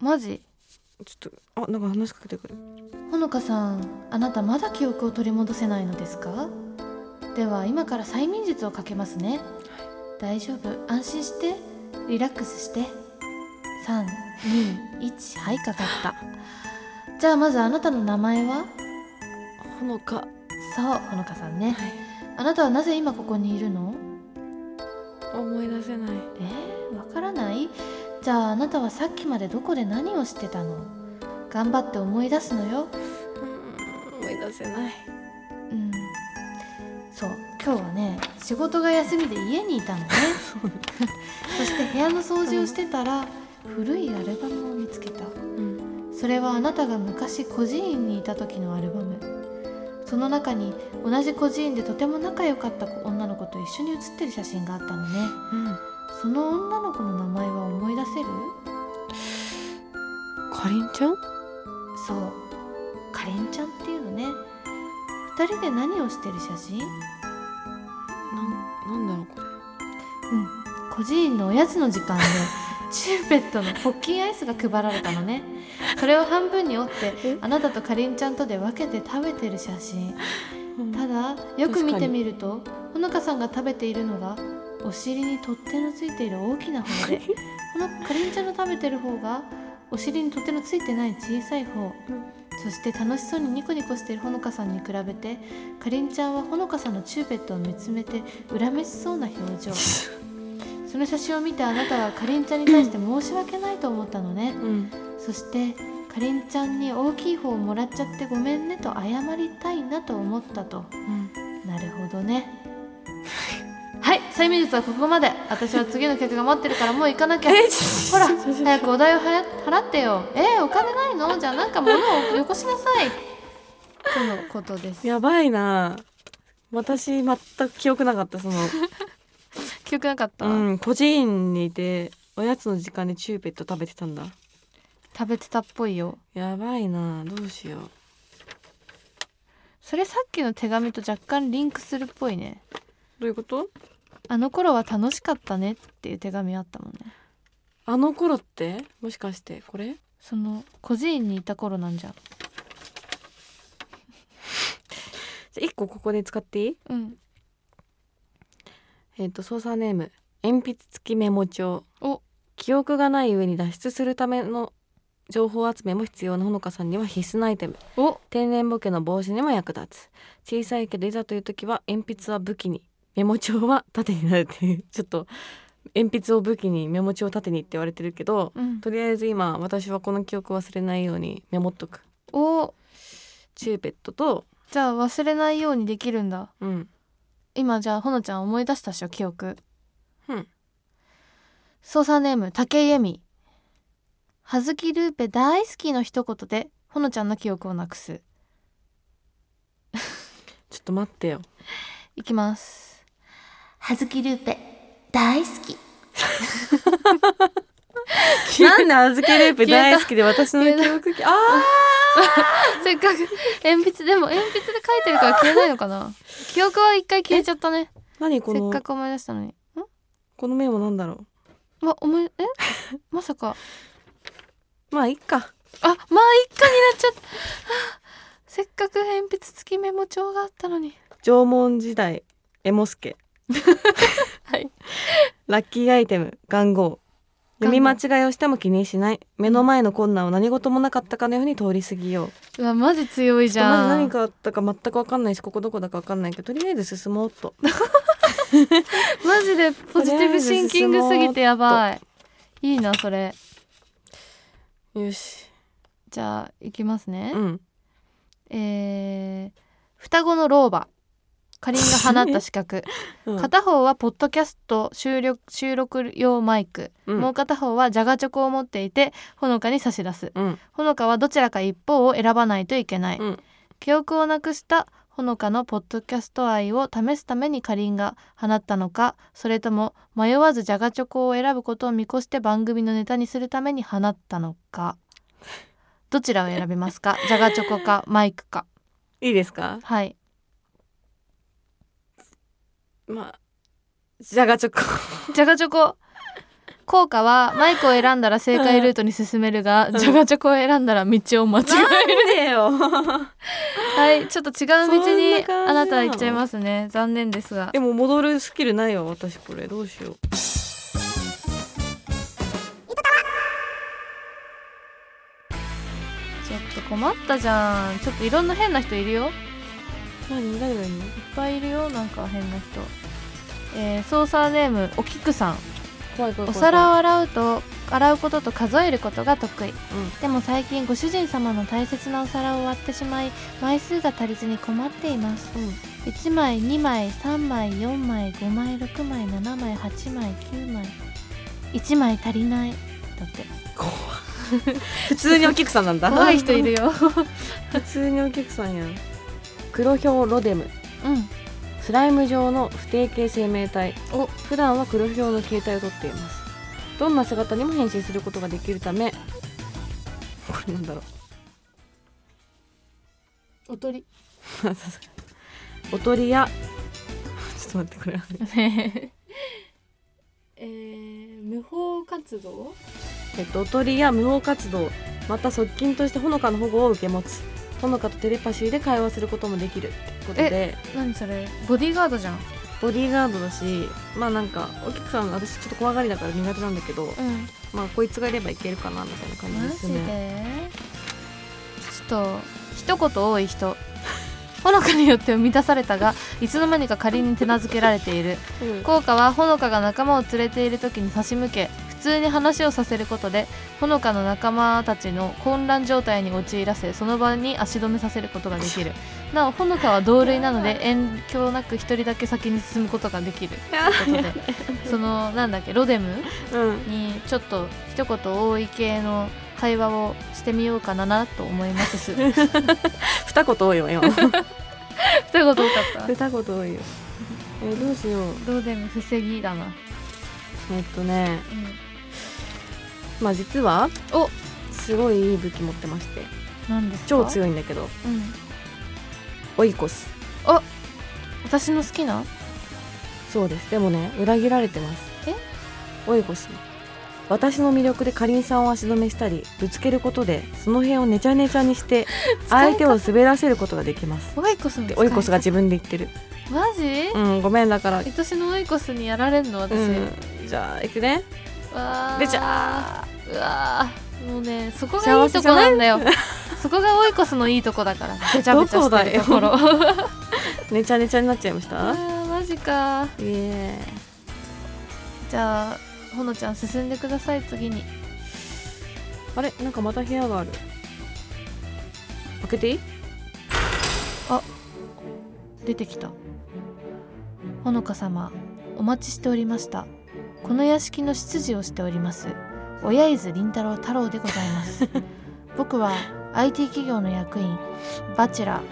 Speaker 2: マジ
Speaker 1: ちょっとあなんか話しかけてくる
Speaker 2: ほのかさんあなたまだ記憶を取り戻せないのですかでは今から催眠術をかけますね、大丈夫安心してリラックスして321はいかかったじゃあまずあなたの名前は
Speaker 1: ほのか
Speaker 2: そうほのかさんね、あなたはなぜ今ここにいるの
Speaker 1: 思い出せない
Speaker 2: えー、わからないじゃああなたはさっきまでどこで何をしてたの頑張って思い出すのよ
Speaker 1: 思い出せない
Speaker 2: うんそう今日はね仕事が休みで家にいたの [laughs] ねそして部屋の掃除をしてたら古いアルバムを見つけた
Speaker 1: うん
Speaker 2: それはあなたが昔孤児院にいた時のアルバムその中に同じ孤児院でとても仲良かった女の子と一緒に写ってる写真があったのねその女の子の名前は思い出せる
Speaker 1: かりんちゃん
Speaker 2: そうかりんちゃんっていうのね2人で何をしてる写真
Speaker 1: なんなんだろうこれ
Speaker 2: 孤児院のおやつの時間でチューペットのポッキンアイスが配られたのねそれを半分に折って
Speaker 1: え
Speaker 2: あなたとかりんちゃんとで分けて食べてる写真た
Speaker 1: だ
Speaker 2: だよく見てみるとほのかさんが食べているのがお尻に取っ手のついている大きな方でこのかりんちゃんの食べてる方がお尻に取っ手のついてない小さい方、
Speaker 1: うん
Speaker 2: そして楽しそうにニコニコしているほのかさんに比べてかりんちゃんはほのかさんのチューペットを見つめて恨めしそうな表情その写真を見てあなたはかりんちゃんに対して申し訳ないと思ったのね
Speaker 1: うん
Speaker 2: そしてかりんちゃんに大きい方をもらっちゃってごめんねと謝りたいなと思ったと
Speaker 1: [laughs] うん
Speaker 2: なるほどねはい催眠術はここまで私は次の客が待ってるからもう行かなきゃほら早くお代を払払ってよえー、お金ないのじゃあなんか物をよこしなさいとのことです
Speaker 1: [laughs] やばいな私全く記憶なかったそ [laughs] の
Speaker 2: 記憶なかった、
Speaker 1: うん孤児院にいておやつの時間でチューペット食べてたんだ
Speaker 2: 食べてたっぽいよ
Speaker 1: やばいなどうしよう
Speaker 2: それさっきの手紙と若干リンクするっぽいね
Speaker 1: どういうこと
Speaker 2: あの頃は楽しかったねっていう手紙あったもんね
Speaker 1: あの頃ってもしかしてこれ
Speaker 2: その孤児院にいた頃なんじゃ
Speaker 1: じゃあ1個ここで使っていい
Speaker 2: うん
Speaker 1: えっ、と操作ネーム鉛筆付きメモ帳
Speaker 2: お
Speaker 1: 記憶がない上に脱出するための情報集めも必要なほのかさんには必須のアイテム
Speaker 2: お
Speaker 1: 天然ボケの防止にも役立つ小さいけどいざという時は鉛筆は武器にメモ帳は盾になるっていうちょっと鉛筆を武器にメモ帳を盾にって言われてるけど
Speaker 2: うん
Speaker 1: とりあえず今私はこの記憶を忘れないようにメモっとく
Speaker 2: お
Speaker 1: チューペットと
Speaker 2: じゃあ忘れないようにできるんだ
Speaker 1: うん
Speaker 2: 今じゃあほのちゃん思い出したっしょ記憶
Speaker 1: うん
Speaker 2: 操作ネーム竹井恵美葉月ルーペ大好きの一言でほのちゃんの記憶をなくす
Speaker 1: ちょっと待ってよ
Speaker 2: いきます
Speaker 4: はずきルーペ大好き
Speaker 1: なんで預けレープ大好きで私の記憶あ
Speaker 2: せっかく鉛筆でも鉛筆で書いてるから消えないのかな記憶は一回消えちゃったね
Speaker 1: ー何こ
Speaker 2: せっ
Speaker 1: の
Speaker 2: かく思い出したのにん
Speaker 1: このメモなんだろ
Speaker 2: ま思いえまさか
Speaker 1: うまあいっか
Speaker 2: あまあ一家になっちゃったはあせっかく鉛筆付きメモ帳があったのに
Speaker 1: 縄文時代エモスケ
Speaker 2: はい
Speaker 1: ラッキーアイテム元号読み間違いをしても気にしない目の前の困難を何事もなかったかのように通り過ぎよう
Speaker 2: うわマジ強いじ
Speaker 1: ちょっとま
Speaker 2: ゃ
Speaker 1: ず何
Speaker 2: ん
Speaker 1: かあったか全く分かんないしここどこだか分かんないけどとりあえず進もうっと
Speaker 2: マジでポジティブシンキングすぎてやばいいいなそれ
Speaker 1: よし
Speaker 2: じゃあいきますね、
Speaker 1: うん
Speaker 2: えー双子の老婆かりんが放った資格
Speaker 1: [laughs] うん
Speaker 2: 片方はポッドキャスト収録収録用マイク、
Speaker 1: うん
Speaker 2: もう片方はじゃがチョコを持っていてほのかに差し出す
Speaker 1: うん
Speaker 2: ほのかはどちらか一方を選ばないといけない、
Speaker 1: うん
Speaker 2: 記憶をなくしたほのかのポッドキャスト愛を試すためにかりんが放ったのかそれとも迷わずじゃがチョコを選ぶことを見越して番組のネタにするために放ったのかどちらを選びますかじゃがチョコかマイクか
Speaker 1: いいですか
Speaker 2: はい
Speaker 1: まあじゃがチョコ
Speaker 2: じゃがチョコ効果はマイクを選んだら正解ルートに進めるが、じゃがチョコを選んだら道を間違える
Speaker 1: なんで [laughs] よ
Speaker 2: はいちょっと違
Speaker 1: そ
Speaker 2: う道
Speaker 1: んな感
Speaker 2: に
Speaker 1: じなの
Speaker 2: あなたは行っちゃいますね残念ですが
Speaker 1: でも戻るスキルないわ私これどうしよう
Speaker 2: ちょっと困ったじゃんちょっといろんな変な人いるよいっ
Speaker 1: 何誰がいるの
Speaker 2: ぱいいるよなんか変な人えー、操作ネームおきくさん
Speaker 1: 怖い怖い怖い
Speaker 2: お皿を洗うと洗うことと数えることが得意、でも最近ご主人様の大切なお皿を割ってしまい枚数が足りずに困っています
Speaker 1: う
Speaker 2: 1枚2枚3枚4枚5枚6枚7枚8枚9枚1枚足りないだって
Speaker 1: 普通にお客さんなんだ
Speaker 2: 怖い人いるよ
Speaker 1: 普通にお客さんやん黒ヒョウロデム
Speaker 2: うん
Speaker 1: スライム状の不定形生命体
Speaker 2: お
Speaker 1: 普段は黒ヒョウの形態をとっていますどんな姿にも変身することができるためこれなんだろう [laughs]
Speaker 2: おと [laughs] り
Speaker 1: さすがおとりや [laughs] ちょっと待ってこれ
Speaker 2: えー、無法活動
Speaker 1: えっと、おとりや無法活動また側近としてほのかの保護を受け持つほのかとテレパシーで会話することもできるってことで
Speaker 2: 何それボディーガードじゃん
Speaker 1: ボディーガードだしまあなんかお客さん私ちょっと怖がりだから苦手なんだけど
Speaker 2: うん
Speaker 1: まあこいつがいればいけるかなみたいな感じ
Speaker 2: マ
Speaker 1: です
Speaker 2: ジ
Speaker 1: ね
Speaker 2: でちょっと一言多い人ほのかによって生み出されたがいつの間にか仮に手なずけられている
Speaker 1: うん
Speaker 2: 効果はほのかが仲間を連れている時に差し向け普通に話をさせることでほのかの仲間たちの混乱状態に陥らせその場に足止めさせることができるなおほのかは同類なので遠慮なく一人だけ先に進むことができるということでそのなんだっけロデム
Speaker 1: うん
Speaker 2: にちょっと一言多い系の会話をしてみようかなと思います [laughs] す二言
Speaker 1: 二言多いわよ
Speaker 2: 多かった [laughs]
Speaker 1: 二言多いよえーどうしよう
Speaker 2: ロデム防ぎだな、
Speaker 1: えっとねまあ実は
Speaker 2: お
Speaker 1: すごいいい武器持ってまして
Speaker 2: なんですか
Speaker 1: 超強いんだけど
Speaker 2: うん
Speaker 1: オイコス
Speaker 2: 私の好きな
Speaker 1: そうですでもね裏切られてます
Speaker 2: え
Speaker 1: オイコス私の魅力でかりんさんを足止めしたりぶつけることでその辺をねちゃねちゃに
Speaker 2: [laughs]
Speaker 1: して相手を滑らせることができます
Speaker 2: オイコスの
Speaker 1: で
Speaker 2: 使い
Speaker 1: オイコスが自分で言ってる
Speaker 2: マジ、
Speaker 1: うんごめんだから
Speaker 2: 愛しのオイコスにやられんの私、
Speaker 1: うんじゃあいくね
Speaker 2: わあ
Speaker 1: べちゃ
Speaker 2: うわーもうねそこがい
Speaker 1: 幸
Speaker 2: いと
Speaker 1: せ
Speaker 2: こ
Speaker 1: じゃな
Speaker 2: ないんだよ [laughs] そこがオイコスのいいとこだからべちゃべちゃしてるとこ
Speaker 1: ど
Speaker 2: ろ [laughs] うわ
Speaker 1: ねちゃねちゃになっちゃいました
Speaker 2: ーマジか
Speaker 1: いえ
Speaker 2: じゃあほのちゃん進んでください次に
Speaker 1: あれなんかまた部屋がある開けていい
Speaker 2: 出てきたほのか様お待ちしておりましたこの屋敷の執事をしております親伊豆林太郎太郎でございます僕は IT 企業の役員バチェラー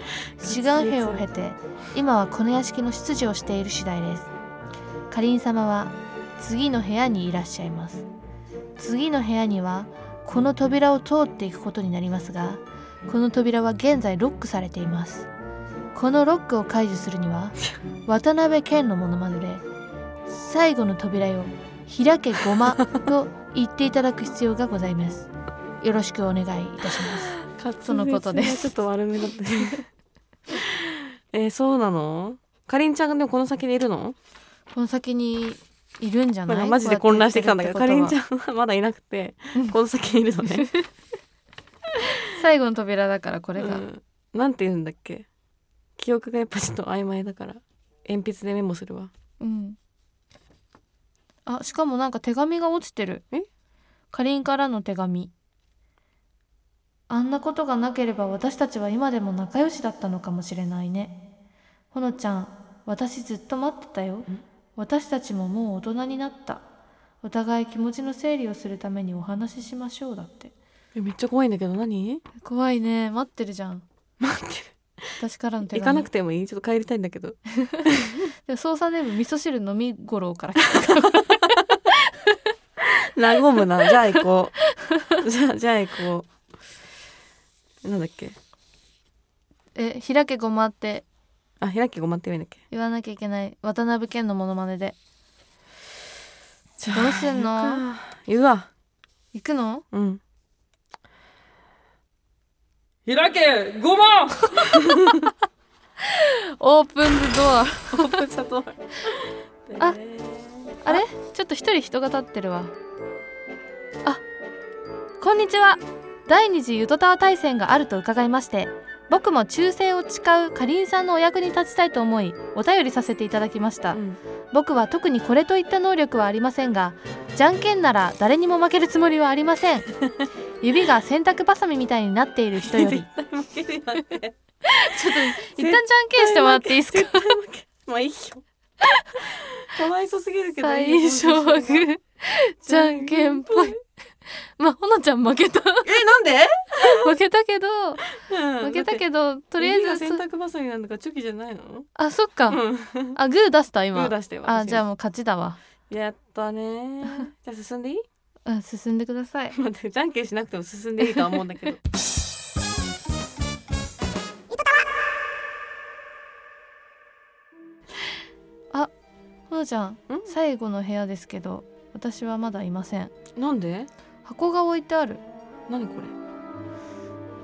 Speaker 2: 志願兵を経て今はこの屋敷の執事をしている次第ですかりん様は次の部屋にいらっしゃいます次の部屋にはこの扉を通っていくことになりますがこの扉は現在ロックされていますこのロックを解除するには渡辺謙のモノマネで「最後の扉よ開けごま」 [laughs] と言っていただく必要がございますよろしくお願いいたしますそのことで
Speaker 1: [laughs] ち
Speaker 2: す
Speaker 1: ょっと悪めだったね [laughs] えーそうなのかりんちゃんがでもこの先にいるの
Speaker 2: この先にいるんじゃ
Speaker 1: なん
Speaker 2: な
Speaker 1: か
Speaker 2: い
Speaker 1: マジで混乱してきたんだけど
Speaker 2: こ
Speaker 1: か
Speaker 2: う
Speaker 1: り
Speaker 2: や
Speaker 1: ん
Speaker 2: っ
Speaker 1: ち
Speaker 2: て
Speaker 1: ゃんはまだいなくて
Speaker 2: うん
Speaker 1: この先にいるの
Speaker 2: [laughs]
Speaker 1: ね、
Speaker 2: 最後の扉だからこ
Speaker 1: う
Speaker 2: れが、
Speaker 1: ん、なんて言うんだっけ記憶がやっぱちょっと曖昧だから鉛筆でメモするわ
Speaker 2: うんあしかもなんか手紙が落ちてる
Speaker 1: え
Speaker 2: かりんからの手紙あんなことがなければ私たちは今でも仲良しだったのかもしれないねほのちゃん私ずっと待ってたよ私たちももう大人になったお互い気持ちの整理をするためにお話ししましょうだって
Speaker 1: えめっちゃ怖いんだけど何
Speaker 2: 怖いね待ってるじゃん
Speaker 1: 待って
Speaker 2: 私からの手
Speaker 1: 行
Speaker 2: 紙
Speaker 1: かなくてもいいちょっと帰りたいんだけど
Speaker 2: でも操作ネーム味噌汁飲みごろうから
Speaker 1: 和む
Speaker 2: [laughs]
Speaker 1: なじゃあ行こうじゃあじゃあ行こうなんだっけ
Speaker 2: [laughs] え開けごまって
Speaker 1: あ開きごまって言うんだっけ
Speaker 2: 言わなきゃいけない渡辺謙のモノマネで
Speaker 1: じゃ
Speaker 2: どうすんの
Speaker 1: あ言うわ
Speaker 2: 行くの
Speaker 1: うん
Speaker 3: 開けごま
Speaker 2: オープンズドア
Speaker 1: オープンサド [laughs]
Speaker 2: ああれちょっと一人人が立ってるわあこんにちは第二次ユトタワ大戦があると伺いまして僕も忠誠を誓うかりんさんのお役に立ちたいと思いお便りさせていただきました、
Speaker 1: うん
Speaker 2: 僕は特にこれといった能力はありませんがじゃんけんなら誰にも負けるつもりはありま [laughs] せん指が洗濯バサミみたいになっている人よ [laughs] り
Speaker 1: 負けるよね
Speaker 2: 一旦じゃんけんしてもらっていいですか
Speaker 1: まあいいよかわいそすぎるけど
Speaker 2: 最初はグーじゃんけんぽいまあほのちゃん負け
Speaker 1: [laughs]
Speaker 2: た
Speaker 1: えなんで
Speaker 2: 負けたけど
Speaker 1: うん
Speaker 2: 負けたけどとりあ
Speaker 1: 指
Speaker 2: え
Speaker 1: が
Speaker 2: ず
Speaker 1: 洗濯バサミなんだからチョキじゃないの
Speaker 2: あそっか、
Speaker 1: うん
Speaker 2: あグー出した今
Speaker 1: 今出して
Speaker 2: あじゃあ
Speaker 1: あ
Speaker 2: もう勝ちだわ、
Speaker 1: やった
Speaker 2: [laughs]
Speaker 1: ねじゃあ進んでいい
Speaker 2: うん、進んでください
Speaker 1: 待ってじゃんけんしなくても進んでいいとは思うんだ
Speaker 2: [laughs]
Speaker 1: けど
Speaker 2: ほのちゃん最後の部屋ですけど私はまだいません
Speaker 1: なんで
Speaker 2: 箱が置いてある
Speaker 1: 何これ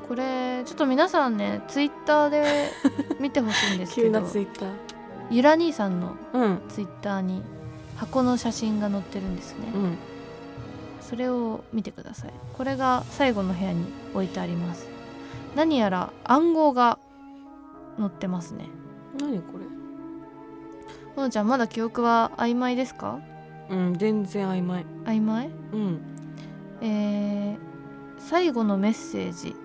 Speaker 2: これちょっと皆さんねツイッターで見てほしいんです
Speaker 1: [laughs]
Speaker 2: け
Speaker 1: 急
Speaker 2: ど
Speaker 1: なツイッター
Speaker 2: ゆら兄さんの
Speaker 1: うん
Speaker 2: ツイッターに箱の写真が載ってるんですね、
Speaker 1: うん
Speaker 2: それを見てくださいこれが最後の部屋に置いてあります何やら暗号が載ってますね
Speaker 1: 何これ
Speaker 2: ほのちゃんまだ記憶は曖昧ですか
Speaker 1: うん全然曖昧
Speaker 2: 曖昧
Speaker 1: うん
Speaker 2: えー、最後のメッセージ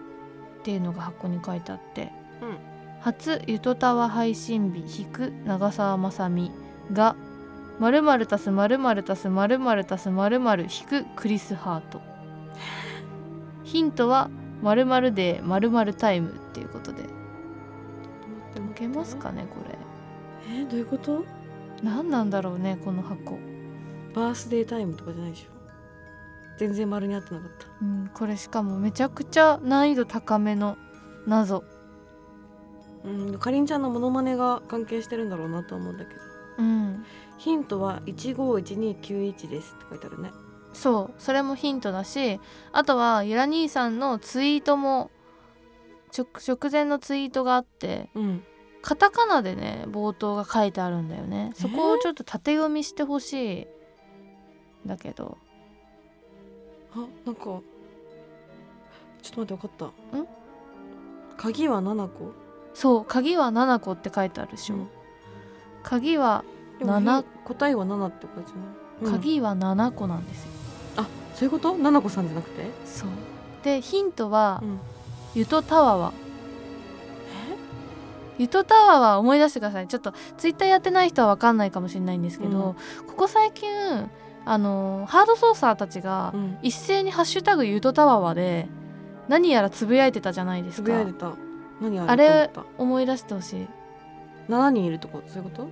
Speaker 2: っていうのが箱に書いてあって、
Speaker 1: うん
Speaker 2: 初ゆとたわ配信日引く長澤まさみが〇〇たす〇〇たす〇〇たす〇〇引くクリスハートヒントは〇〇で〇〇タイムっていうことで
Speaker 1: 待
Speaker 2: 受けますかねこれ
Speaker 1: えーどういうこと
Speaker 2: 何なんだろうねこの箱、
Speaker 1: バースデータイムとかじゃないでしょ全然丸に合ってなかった
Speaker 2: うん、これしかもめちゃくちゃ難易度高めの謎
Speaker 1: うんかりんちゃんのモノマネが関係してるんだろうなと思うんだけど
Speaker 2: うん
Speaker 1: ヒントは151291ですって書いてあるね
Speaker 2: そうそれもヒントだしあとはゆら兄さんのツイートも直直前のツイートがあって
Speaker 1: うん
Speaker 2: カタカナでね冒頭が書いてあるんだよねそこをちょっと縦読みしてほしいんだけど
Speaker 1: あなんかちょっと待ってわかった鍵は7個
Speaker 2: そう鍵は7個って書いてあるでしょ、
Speaker 1: うん
Speaker 2: 鍵は
Speaker 1: でも
Speaker 2: 七
Speaker 1: 答えは7って書いてない、うん、
Speaker 2: 鍵は7個なんですよ、
Speaker 1: あそういうこと七子さんじゃなくて
Speaker 2: そうでヒントは、
Speaker 1: うん
Speaker 2: ゆとタワーはゆとタワーは思い出してくださいちょっとツイッターやってない人は分かんないかもしれないんですけど、ここ最近あのーハードソーサーたちが
Speaker 1: うん
Speaker 2: 一斉に「ハッシュタグゆとタワーは」で何やらつぶやいてたじゃないで
Speaker 1: つ
Speaker 2: すか
Speaker 1: ぶやいてた何あ
Speaker 2: あ
Speaker 1: れ
Speaker 2: れ
Speaker 1: と思っ
Speaker 2: 思い出してほしい
Speaker 1: た7人いるとこそういうこと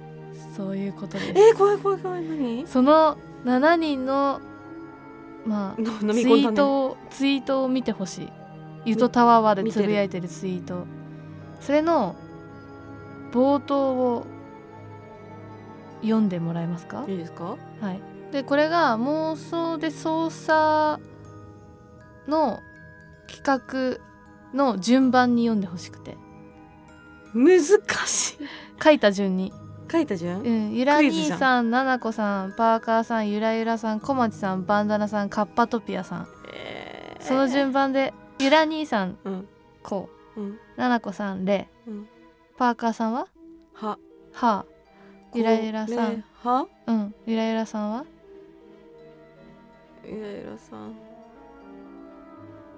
Speaker 2: そういうことです
Speaker 1: えー、怖い怖い怖い何
Speaker 2: その7人のまあ
Speaker 1: の飲
Speaker 2: ツ
Speaker 1: み
Speaker 2: イ
Speaker 1: 込
Speaker 2: ー
Speaker 1: んだね
Speaker 2: トをツイートを見てほしいゆとたわわでつぶやいてるツイートそれの冒頭を読んでもらえますか
Speaker 1: いいですか
Speaker 2: はい、でこれが妄想で操作の企画の順番に読んでほしくて
Speaker 1: 難しい
Speaker 2: 書いた順に、
Speaker 1: 書いたじゃ
Speaker 2: うんん、ゆら
Speaker 1: ク
Speaker 2: 兄
Speaker 1: イズじゃん
Speaker 2: さんななこさんパーカーさんゆらゆらさん小町さんバンダナさんカッパトピアさん
Speaker 1: えー
Speaker 2: その順番で、ゆら兄さん
Speaker 1: うん
Speaker 2: こ
Speaker 1: うん
Speaker 2: うななこさんれ
Speaker 1: うん
Speaker 2: パーカーさんは
Speaker 1: は
Speaker 2: はゆらゆらさ
Speaker 1: こ
Speaker 2: ん
Speaker 1: れは
Speaker 2: あうんゆらゆらさんは
Speaker 1: ゆらゆらさん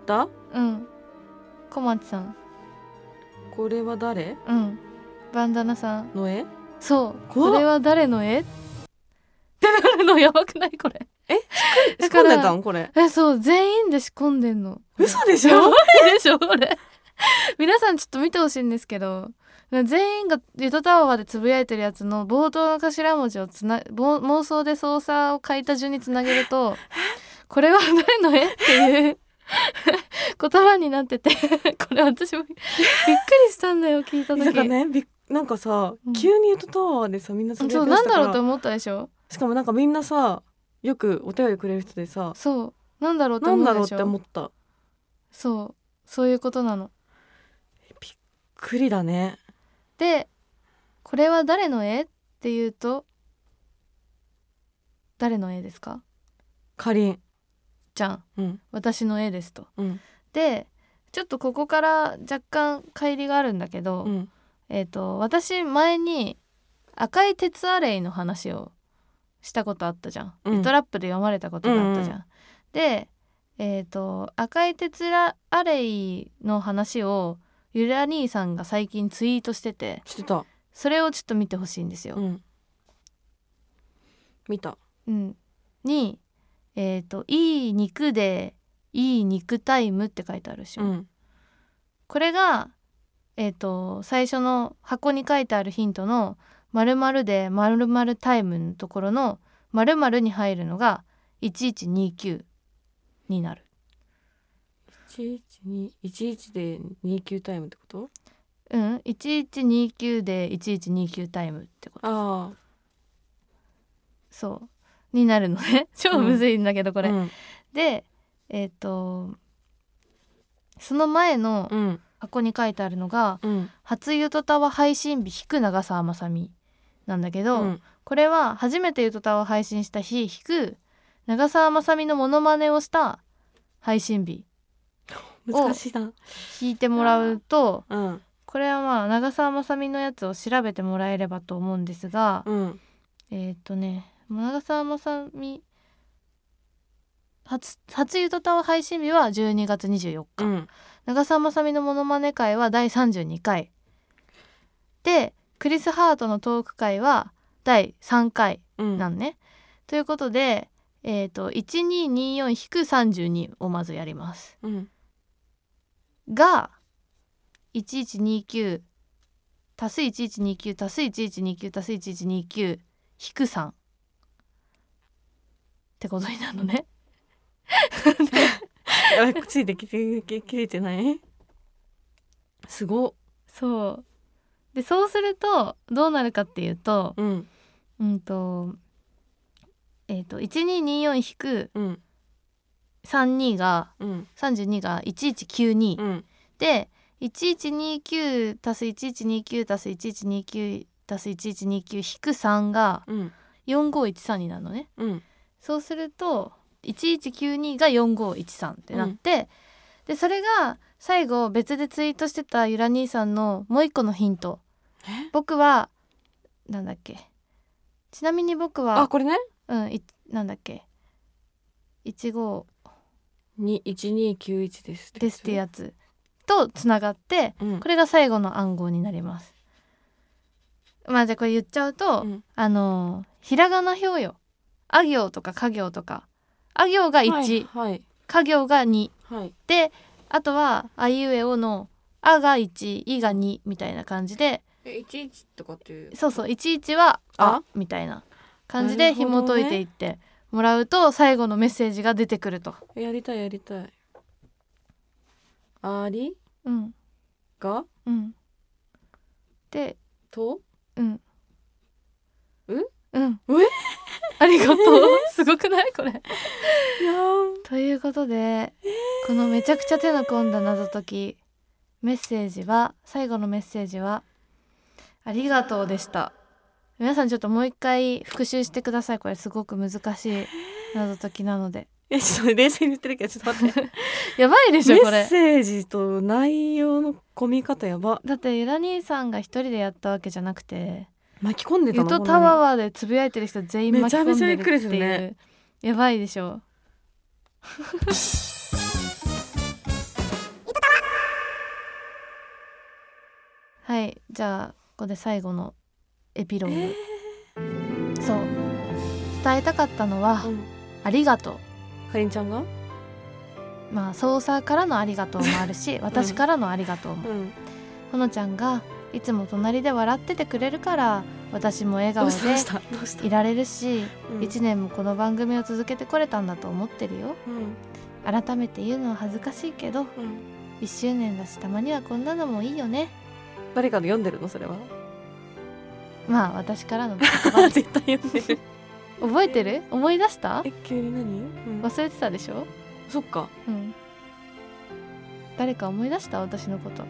Speaker 1: だ
Speaker 2: うん小町さん
Speaker 1: これは誰
Speaker 2: うんバンダナさん
Speaker 1: の絵
Speaker 2: そう
Speaker 1: 怖っ
Speaker 2: これは誰の絵ってなるのやばくないこれ
Speaker 1: 仕
Speaker 2: だ
Speaker 1: 込
Speaker 2: か
Speaker 1: ん
Speaker 2: ら
Speaker 1: でたんこれ
Speaker 2: えそう全員で仕込んでんの
Speaker 1: 嘘でし
Speaker 2: や
Speaker 1: ょ
Speaker 2: ばいでしょこれ皆さんちょっと見てほしいんですけど全員がゆとたわわでつぶやいてるやつの冒頭の頭文字をつなぼ妄想で操作を書いた順につなげ
Speaker 1: [laughs]
Speaker 2: るとこれは誰の絵っていう [laughs] 言葉になって [laughs] てこれ私もびっくりしたんだよ聞いた時
Speaker 1: なんかねびっなんかさ、
Speaker 2: うん
Speaker 1: 急に言うとタワーでさみんなつぶ
Speaker 2: そ
Speaker 1: や
Speaker 2: う
Speaker 1: き出
Speaker 2: な
Speaker 1: し
Speaker 2: ん
Speaker 1: た
Speaker 2: だ
Speaker 1: か
Speaker 2: ろうと
Speaker 1: ら
Speaker 2: 思ったでしょ
Speaker 1: しかもなんかみんなさよくお便りくれる人でさ
Speaker 2: そうなんだろうと
Speaker 1: なん
Speaker 2: 思
Speaker 1: だ
Speaker 2: う
Speaker 1: ろうっ
Speaker 2: でしてょ
Speaker 1: 思った
Speaker 2: そうそういうことなの
Speaker 1: 栗だね
Speaker 2: でこれは誰の絵っていうと誰の絵ですか
Speaker 1: かりん
Speaker 2: じゃん
Speaker 1: うん
Speaker 2: 私の絵ですと
Speaker 1: うん
Speaker 2: でちょっとここから若干乖離があるんだけど、
Speaker 1: うん
Speaker 2: えっ、と私前に赤い鉄アレイの話をしたことあったじゃん、
Speaker 1: うん
Speaker 2: リトラップで読まれたことがあったじゃん、
Speaker 1: うん
Speaker 2: でえっ、と赤い鉄アレイの話をゆら兄さんが最近ツイートしてて
Speaker 1: してた
Speaker 2: それをちょっと見てほしいんですよ、
Speaker 1: うん見た
Speaker 2: うん、に、えーと「いい肉でいい肉タイム」って書いてあるでしょ、
Speaker 1: うん
Speaker 2: これが、えー、と最初の箱に書いてあるヒントの「〇〇で〇〇タイム」のところの「〇〇に入るのが1129になる。
Speaker 1: 11で29タイムってこと
Speaker 2: うん、1129で1129タイムってこと
Speaker 1: ああ
Speaker 2: そうになるのね超むずいんだけどこ
Speaker 1: こ
Speaker 2: れ、
Speaker 1: うん
Speaker 2: でえっ、とその前の
Speaker 1: うん
Speaker 2: 箱に書いてあるのが
Speaker 1: うん
Speaker 2: 「初ゆとたわ配信日引く長澤まさみ」なんだけど、
Speaker 1: うん
Speaker 2: これは初めてゆとたわを配信した日引く長澤まさみのモノマネをした配信日
Speaker 1: 難しいな
Speaker 2: 引いてもらうと
Speaker 1: うん
Speaker 2: これはまあ長澤まさみのやつを調べてもらえればと思うんですが、
Speaker 1: うん
Speaker 2: えーっとね長澤まさみ初初ゆとたわ配信日は12月24日、
Speaker 1: うん
Speaker 2: 長澤まさみのモノマネ会は第32回でクリス・ハートのトーク会は第3回
Speaker 1: うん
Speaker 2: なんね。ということで、えー、と1224-32をまずやります。
Speaker 1: うん
Speaker 2: が1129足す1129足す1129足す1129引く3ってことになるのね。
Speaker 1: やばい口で切れ切れ切れてないすごっ
Speaker 2: そうでそうするとどうなるかっていうと、
Speaker 1: うん
Speaker 2: うんとえっ、と1224引く
Speaker 1: うん
Speaker 2: 32が
Speaker 1: うん
Speaker 2: 32が1192、
Speaker 1: うん
Speaker 2: で1129足す1129足す1129足す1129引く3が
Speaker 1: うん
Speaker 2: 4513になるのね
Speaker 1: うん
Speaker 2: そうすると1192が4513ってなって、でそれが最後別でツイートしてたゆら兄さんのもう一個のヒント
Speaker 1: え
Speaker 2: 僕はなんだっけちなみに僕は
Speaker 1: あこれね
Speaker 2: うん、いなんだっけ1号
Speaker 1: に一二九一です
Speaker 2: ですってやつとつながって
Speaker 1: うん
Speaker 2: これが最後の暗号になります。まあじゃあこれ言っちゃうと、
Speaker 1: うん
Speaker 2: あのーひらがな表よ。あ行とかか行とか。あ行が1、
Speaker 1: はい
Speaker 2: か行が2
Speaker 1: はい
Speaker 2: であとはあいうえおの「あ」が1「い」が2みたいな感じで
Speaker 1: え一一とかっていう
Speaker 2: そうそう11は「
Speaker 1: あ
Speaker 2: あ」みたいな感じで紐解いていって、もらうと最後のメッセージが出てくると。
Speaker 1: やりたいやりたいあり
Speaker 2: うん
Speaker 1: が
Speaker 2: うん、で
Speaker 1: と
Speaker 2: うん
Speaker 1: う
Speaker 2: うん
Speaker 1: うえ
Speaker 2: [laughs] ありがとう [laughs] すごくないこれ。
Speaker 1: いやー
Speaker 2: ということで、このめちゃくちゃ手の込んだ謎解きメッセージは最後のメッセージは「ありがとう」でした皆さんちょっともう一回復習してくださいこれすごく難しい謎解きなので
Speaker 1: えちょっと冷静に言ってるけどちょっと待って
Speaker 2: やばいでしょ
Speaker 1: メ
Speaker 2: こ
Speaker 1: ッ
Speaker 2: れ
Speaker 1: セージと内容の込み方やば
Speaker 2: だってゆら兄さんが一人でやったわけじゃなくて
Speaker 1: 巻き込んでた
Speaker 2: ゆ
Speaker 1: の
Speaker 2: と
Speaker 1: こんな
Speaker 2: タ
Speaker 1: に
Speaker 2: ワーでつぶやいてる人全員
Speaker 1: め
Speaker 2: 巻
Speaker 1: ち
Speaker 2: き
Speaker 1: ゃ
Speaker 2: 込
Speaker 1: め
Speaker 2: ん
Speaker 1: ちゃ
Speaker 2: で
Speaker 1: び
Speaker 2: る
Speaker 1: っ
Speaker 2: っ
Speaker 1: くり
Speaker 2: て
Speaker 1: する
Speaker 2: い
Speaker 1: ね
Speaker 2: うやばいで
Speaker 1: [laughs]
Speaker 2: しょはいじゃあここで最後のエピローグ、そう伝えたかったのは
Speaker 1: うん
Speaker 2: 「ありがとう
Speaker 1: かりんちゃんがう」
Speaker 2: まあ操作からの「ありがとう」もあるし私からの「ありがとう」も
Speaker 1: ん
Speaker 2: ほのちゃんがいつも隣で笑っててくれるから私も笑
Speaker 1: ど
Speaker 2: 顔
Speaker 1: う
Speaker 2: で
Speaker 1: したどうしたどうした
Speaker 2: いられるし
Speaker 1: うん
Speaker 2: 1年もこの番組を続けてこれたんだと思ってるよ
Speaker 1: うん
Speaker 2: 改めて言うのは恥ずかしいけど
Speaker 1: うん
Speaker 2: 1周年だしたまにはこんなのもいいよね
Speaker 1: 誰かの読んでるのそれは
Speaker 2: まあ私からの言
Speaker 1: [laughs]
Speaker 2: 葉です
Speaker 1: 絶対読んでる
Speaker 2: 覚えてる思い出した
Speaker 1: え急に何、うん
Speaker 2: 忘れてたでしょ
Speaker 1: そっか
Speaker 2: うん誰か思い出した私のこと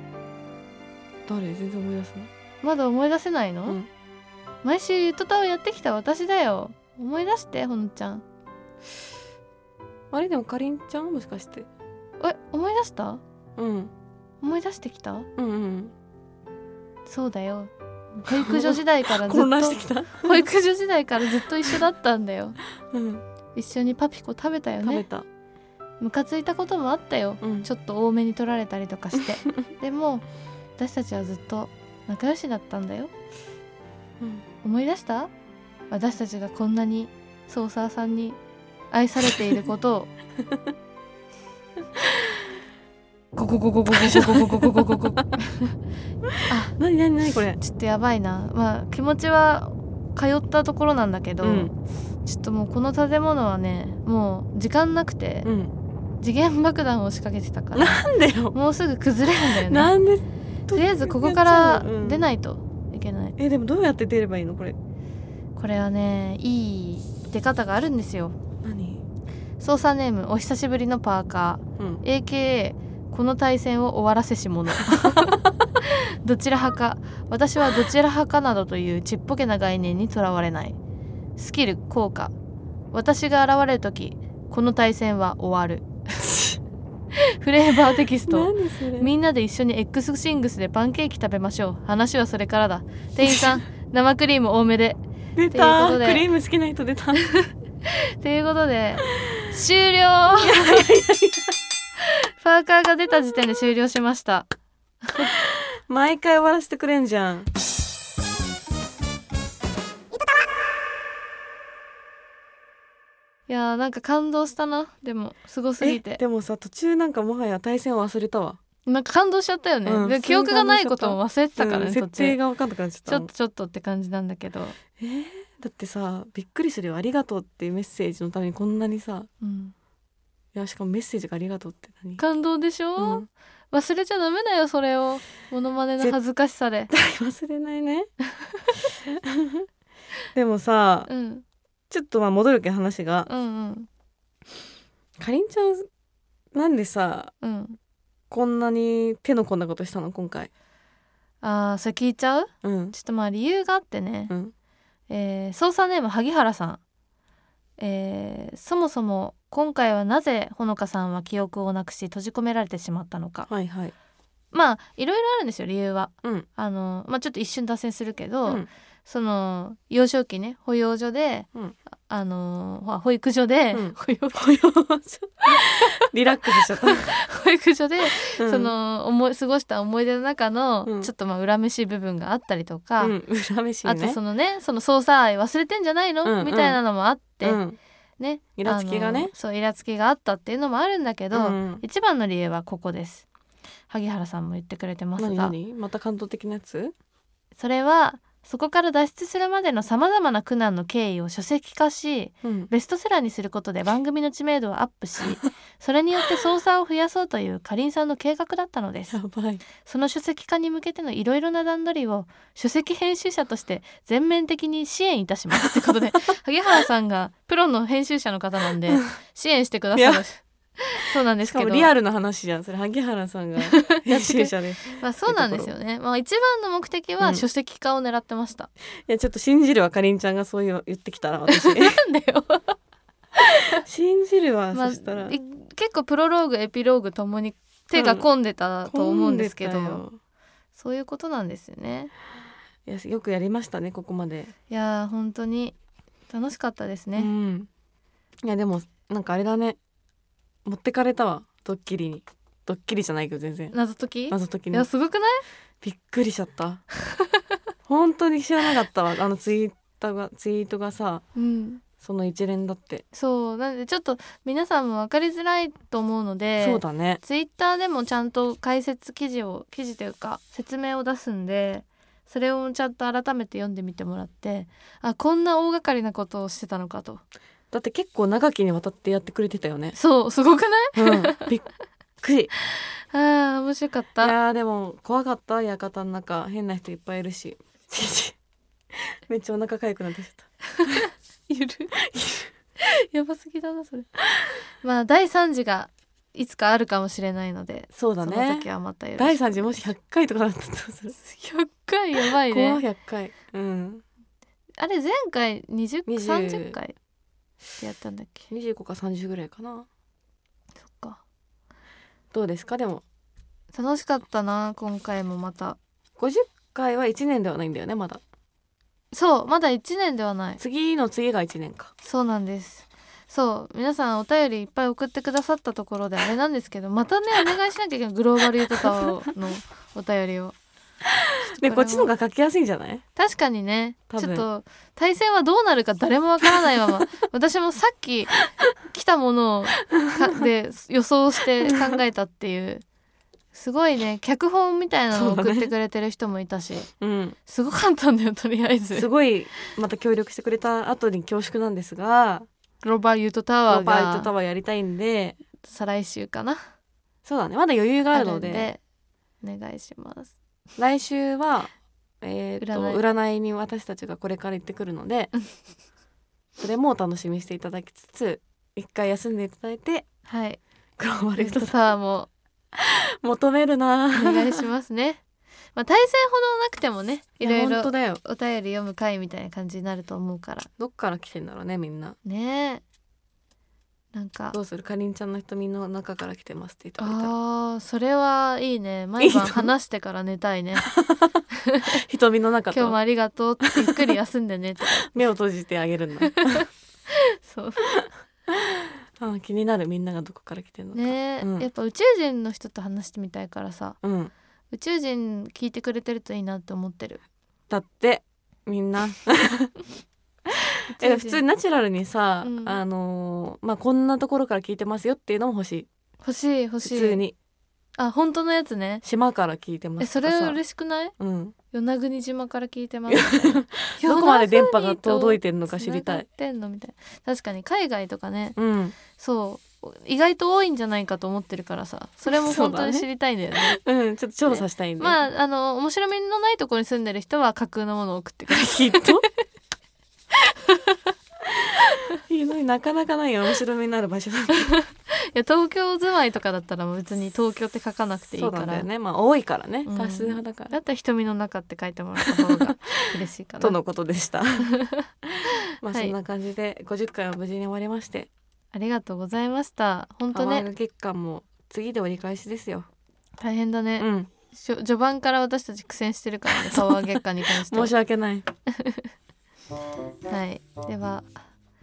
Speaker 1: 誰全然思い出すな
Speaker 2: まだ思い出せないの、
Speaker 1: うん
Speaker 2: 毎週ゆとたをやってきた私だよ思い出してほのちゃん
Speaker 1: あれでもかりんちゃんもしかして
Speaker 2: え思い出した
Speaker 1: うん
Speaker 2: 思い出してきた
Speaker 1: うんうん
Speaker 2: そうだよ保育所時代から
Speaker 1: [laughs]
Speaker 2: ずっ
Speaker 1: 混乱して
Speaker 2: と
Speaker 1: きた
Speaker 2: 保育所時代からずっと一緒だったんだよ
Speaker 1: うん
Speaker 2: 一緒にパピコ食べたよ
Speaker 1: 食べ
Speaker 2: ね
Speaker 1: た
Speaker 2: ムカついたこともあったよ
Speaker 1: うん
Speaker 2: ちょっと多めに取られたりとかして
Speaker 1: [laughs]
Speaker 2: でも私たちはずっと仲良しだったんだよ
Speaker 1: うん
Speaker 2: 思い出した私たちがこんなにソーサーさんに愛されていることをゴゴゴゴゴゴゴゴゴゴゴゴゴあ
Speaker 1: 何何何これ
Speaker 2: ちょっとやばいなまあ気持ちは通ったところなんだけど、
Speaker 1: うん
Speaker 2: ちょっともうこの建物はねもう時間なくて、
Speaker 1: うん
Speaker 2: 時限爆弾を仕掛けてたか
Speaker 1: [laughs]
Speaker 2: ら
Speaker 1: なんでよ
Speaker 2: もうすぐ崩れるんだよね
Speaker 1: なんで
Speaker 2: とりあえずここから出
Speaker 1: い
Speaker 2: ないといけない、
Speaker 1: えでもどうやって出ればいいのこれ
Speaker 2: これはねいい出方があるんですよ
Speaker 1: 何
Speaker 2: 操作ネームお久しぶりのパーカ
Speaker 1: うん
Speaker 2: ー AKA この対戦を終わらせし [laughs] 者どちら派か私はどちら派かなどというちっぽけな概念にとらわれないスキル効果私が現れる時この対戦は終わるフレーバーテキスト
Speaker 1: 何それ
Speaker 2: みんなで一緒に X シングスでパンケーキ食べましょう話はそれからだ店員さん生クリーム多めで
Speaker 1: 出
Speaker 2: というこ
Speaker 1: た
Speaker 2: とで
Speaker 1: クリーム好きな人
Speaker 2: [laughs]
Speaker 1: 出た
Speaker 2: というこ
Speaker 1: [laughs]
Speaker 2: とで終了パーカーが出た時点で終了しました
Speaker 1: 毎回終わらせてくれんじゃん
Speaker 2: いやーなんか感動したなでもすごすぎ
Speaker 1: え
Speaker 2: て
Speaker 1: でもさ途中なんかもはや対戦を忘れたわ
Speaker 2: なんか感動しちゃったよね、
Speaker 1: うん
Speaker 2: で記憶がないことも忘れてたから
Speaker 1: う
Speaker 2: ね、
Speaker 1: ん
Speaker 2: そっ
Speaker 1: 設
Speaker 2: ち
Speaker 1: 定
Speaker 2: ち
Speaker 1: が分かんなくなっちゃった
Speaker 2: ょっとちょっとって感じなんだけど、
Speaker 1: えーだってさびっくりするよ「ありがとう」っていうメッセージのためにこんなにさ
Speaker 2: うん、
Speaker 1: いやしかもメッセージが「ありがとう」って何
Speaker 2: 感動でしょ、
Speaker 1: うん
Speaker 2: 忘れちゃダメだよそれをモノマネの恥ずかしさで
Speaker 1: 忘れないね [laughs] でもさ
Speaker 2: うん
Speaker 1: ちょっとまあ戻るけど話が
Speaker 2: うんうん
Speaker 1: かりんちゃんなんでさ
Speaker 2: うん
Speaker 1: こんなに手の込んだことしたの今回
Speaker 2: あーそれ聞いちゃう
Speaker 1: うん
Speaker 2: ちょっとまあ理由があってね、
Speaker 1: うん
Speaker 2: えー、操作ネーム萩原さん、えーそもそも今回はなぜほのかさんは記憶をなくし閉じ込められてしまったのか
Speaker 1: はいはい
Speaker 2: まあいろいろあるんですよ理由は
Speaker 1: うん
Speaker 2: あの、まあ、ちょっと一瞬脱線するけど、
Speaker 1: うん
Speaker 2: その幼少期ね保養所で、
Speaker 1: うん
Speaker 2: ああのほ保育所で、
Speaker 1: うん
Speaker 2: 保養
Speaker 1: [laughs] リラックスしちゃっ
Speaker 2: [laughs] 保育所で、
Speaker 1: た
Speaker 2: その思い過ごした思い出の中の、
Speaker 1: うん
Speaker 2: ちょっとまあ恨めしい部分があったりとか、
Speaker 1: うんうん裏飯ね
Speaker 2: あとそのねその操作愛忘れてんじゃないの、
Speaker 1: うんうん
Speaker 2: みたいなのもあって、
Speaker 1: うん
Speaker 2: ね
Speaker 1: イラつきがね
Speaker 2: あのそうイラつきがあったっていうのもあるんだけど、
Speaker 1: うん
Speaker 2: 一番の理由はここです萩原さんも言ってくれてます
Speaker 1: 何
Speaker 2: が
Speaker 1: 何また感動的なやつ
Speaker 2: それはそこから脱出するまでのさまざまな苦難の経緯を書籍化し
Speaker 1: うん
Speaker 2: ベストセラーにすることで番組の知名度をアッ
Speaker 1: [laughs]
Speaker 2: プしそれによって捜査を増やそうというかりんさんの計画だったのです
Speaker 1: やばい
Speaker 2: その書籍化に向けてのいろいろな段取りを書籍編集者として全面的に支援いたしますって
Speaker 1: [laughs]
Speaker 2: ことで萩原さんがプロの編集者の方なんで支援してくだ
Speaker 1: い
Speaker 2: さ
Speaker 1: や
Speaker 2: るそうなんで
Speaker 1: し
Speaker 2: す
Speaker 1: か
Speaker 2: け
Speaker 1: も
Speaker 2: ど
Speaker 1: リアルな話じゃんそれ萩原さん
Speaker 2: [laughs]
Speaker 1: が編集者でい
Speaker 2: まあ、そうなんですよね、まあ、一番の目的
Speaker 1: う
Speaker 2: は
Speaker 1: ん
Speaker 2: 書籍化を狙ってま
Speaker 1: [laughs]
Speaker 2: した、
Speaker 1: やちょっと信じるわかりんちゃんがそういうの言ってきたら
Speaker 2: [laughs]
Speaker 1: 私 [laughs]
Speaker 2: なんだよ、
Speaker 1: 信じるわ、
Speaker 2: まあ、
Speaker 1: そしたら
Speaker 2: い結構プロローグエピローグともに手が込んでたと思うんですけど、
Speaker 1: 混んでたよ
Speaker 2: そういうことなんですよね
Speaker 1: いやよくやりましたねここまで、
Speaker 2: いやー本当に楽しかったです
Speaker 1: う
Speaker 2: ね、
Speaker 1: んいやでもなんかあれだね持ってかれたわドッキリにドッキリじゃないけど全然
Speaker 2: 謎解きい
Speaker 1: 謎解きに
Speaker 2: やすごくない
Speaker 1: びっくりしちゃった [laughs] 本当に知らなかったわあのツイートがツイートがさ
Speaker 2: うん
Speaker 1: その一連だって、
Speaker 2: そうなんでちょっと皆さんも分かりづらいと思うので
Speaker 1: そうだね
Speaker 2: ツイッターでもちゃんと解説記事を記事というか説明を出すんでそれをちゃんと改めて読んでみてもらってあこんな大掛かりなことをしてたのかと
Speaker 1: だって結構長きにわたってやってくれてたよ
Speaker 2: [laughs]
Speaker 1: ね、
Speaker 2: そうすごくない
Speaker 1: うん、びっくりい
Speaker 2: [laughs] あー面白かった
Speaker 1: やーでも怖かった館の中変な人いっぱいいるし [laughs] めっちゃお腹かゆくなってきちゃった
Speaker 2: [laughs] ゆる [laughs] やばすぎだなそれまあ第3次がいつかあるかもしれないので
Speaker 1: そうだ
Speaker 2: その
Speaker 1: ね
Speaker 2: 時はまたよろ
Speaker 1: 第
Speaker 2: しく [laughs]
Speaker 1: 3次もし100回とかだったとする
Speaker 2: 100回やばい
Speaker 1: 怖い
Speaker 2: ね
Speaker 1: 100回うん
Speaker 2: あれ前回
Speaker 1: 20
Speaker 2: 20 30回ってやったんだっけ
Speaker 1: 25か30ぐらいかな
Speaker 2: そっか
Speaker 1: どうですかでも
Speaker 2: 楽しかったな今回もまた
Speaker 1: 50回は1年ではないんだよねまだ
Speaker 2: そうまだ1年ではない
Speaker 1: 次の次が1年か
Speaker 2: そうなんですそう皆さんお便りいっぱい送ってくださったところであれなんですけどまたねお願いしなきゃいけないグローバルユートタワーのお便りを
Speaker 1: で
Speaker 2: こ
Speaker 1: こ
Speaker 2: れは
Speaker 1: っちの方が書きやすいんじゃない
Speaker 2: 確かにね
Speaker 1: 多
Speaker 2: ち
Speaker 1: 分
Speaker 2: ょっと対戦はどうなるか誰もわからな
Speaker 1: [laughs]
Speaker 2: いまま私もさっき来たものをかで予想して考えたっていうすごいね脚本みたいなのを送ってくれてる人もいたし、
Speaker 1: うん
Speaker 2: すごかったんだよとりあえず
Speaker 1: すごいまた協力してくれた後に恐縮なんですが
Speaker 2: グローバルユートタワ
Speaker 1: ロ
Speaker 2: ー
Speaker 1: バイトタ
Speaker 2: が
Speaker 1: ワーやりたいんで
Speaker 2: 再来週かな
Speaker 1: そうだねまだ余裕があるので
Speaker 2: あるんでお願いします
Speaker 1: 来週はえー、と
Speaker 2: 占い
Speaker 1: 占いに私たちがこれから行ってくるの [laughs] でそれもお楽しみしていただきつつ一回休んでいただいて
Speaker 2: はい
Speaker 1: グローバ
Speaker 2: ユ
Speaker 1: ル
Speaker 2: ー
Speaker 1: ユ
Speaker 2: ト
Speaker 1: ート
Speaker 2: [laughs] タワーも
Speaker 1: 求める [laughs] な
Speaker 2: お願いしますねまあ対戦ほどなくてもねいろい
Speaker 1: や本
Speaker 2: ろ
Speaker 1: 当だよ
Speaker 2: お便り読む回みたいな感じになると思うから
Speaker 1: どっから来てんだろうねみんな
Speaker 2: ねえなんか
Speaker 1: どうするかりんちゃんの瞳の中から来てますって言ってあげたら
Speaker 2: あーそれはいいね毎晩
Speaker 1: いいと
Speaker 2: 話してから
Speaker 1: [laughs]
Speaker 2: 寝たいね
Speaker 1: [laughs] 瞳の中
Speaker 2: 今日も
Speaker 1: と
Speaker 2: ありがとうってゆっくり休んで
Speaker 1: [laughs]
Speaker 2: ねとか
Speaker 1: 目を閉じてあげる
Speaker 2: [laughs]
Speaker 1: んだ
Speaker 2: そう
Speaker 1: あー気になるみんながどこから来てんのか、
Speaker 2: ねえ、
Speaker 1: うん
Speaker 2: やっぱ宇宙人の人と話してみたいからさ
Speaker 1: うん
Speaker 2: 宇宙人聞いてくれてるといいなって思ってる
Speaker 1: だってみん
Speaker 2: [laughs]
Speaker 1: な
Speaker 2: 宇宙
Speaker 1: え
Speaker 2: 人
Speaker 1: 普通にナチュラルにさ、
Speaker 2: うん
Speaker 1: あのーまあこんなところから聞いてますよっていうのも欲しい
Speaker 2: 欲しい欲
Speaker 1: 普
Speaker 2: しい
Speaker 1: 通に
Speaker 2: あ本当のやつね
Speaker 1: 島から聞いてま
Speaker 2: え
Speaker 1: す
Speaker 2: そ
Speaker 1: と
Speaker 2: れ
Speaker 1: かさ
Speaker 2: 嬉しくない
Speaker 1: うん、
Speaker 2: 与那国島から聞いてますみたいな
Speaker 1: [laughs] どこまで電波が届いてるのか知り
Speaker 2: 与那
Speaker 1: た
Speaker 2: 国
Speaker 1: い
Speaker 2: と繋がってんのみたいな確かに海外とかね
Speaker 1: うん
Speaker 2: そう意外と多いんじゃないかと思ってるからさそれも本当に知りたいんだよね
Speaker 1: うんちょっと調査したいんで、
Speaker 2: まああの面白みのないところに住んでる人は架空のものを
Speaker 1: [laughs]
Speaker 2: 送ってくださ
Speaker 1: きっといいのになかなかない面白みになる場所なんだ
Speaker 2: いいや東京住まいとかだったらもう別に東京って書かなくていい
Speaker 1: そう
Speaker 2: か
Speaker 1: なんだ
Speaker 2: ら
Speaker 1: よねまあ多いからね
Speaker 2: うん
Speaker 1: 多数派だから、
Speaker 2: だったら瞳の中って書いてもらった
Speaker 1: [laughs]
Speaker 2: 方が嬉しいかな
Speaker 1: とのことでした
Speaker 2: [laughs]
Speaker 1: まあ
Speaker 2: はい
Speaker 1: そんな感じで50回は無事に終わりまして
Speaker 2: ありがとうございました本当
Speaker 1: 泡
Speaker 2: ね
Speaker 1: が月間も次で折り返しですよ、
Speaker 2: 大変だね、
Speaker 1: うん、
Speaker 2: しょ序盤から私たち苦戦して
Speaker 1: [laughs]
Speaker 2: るからねパワー月間に関しては
Speaker 1: 申し訳ない
Speaker 2: はいでは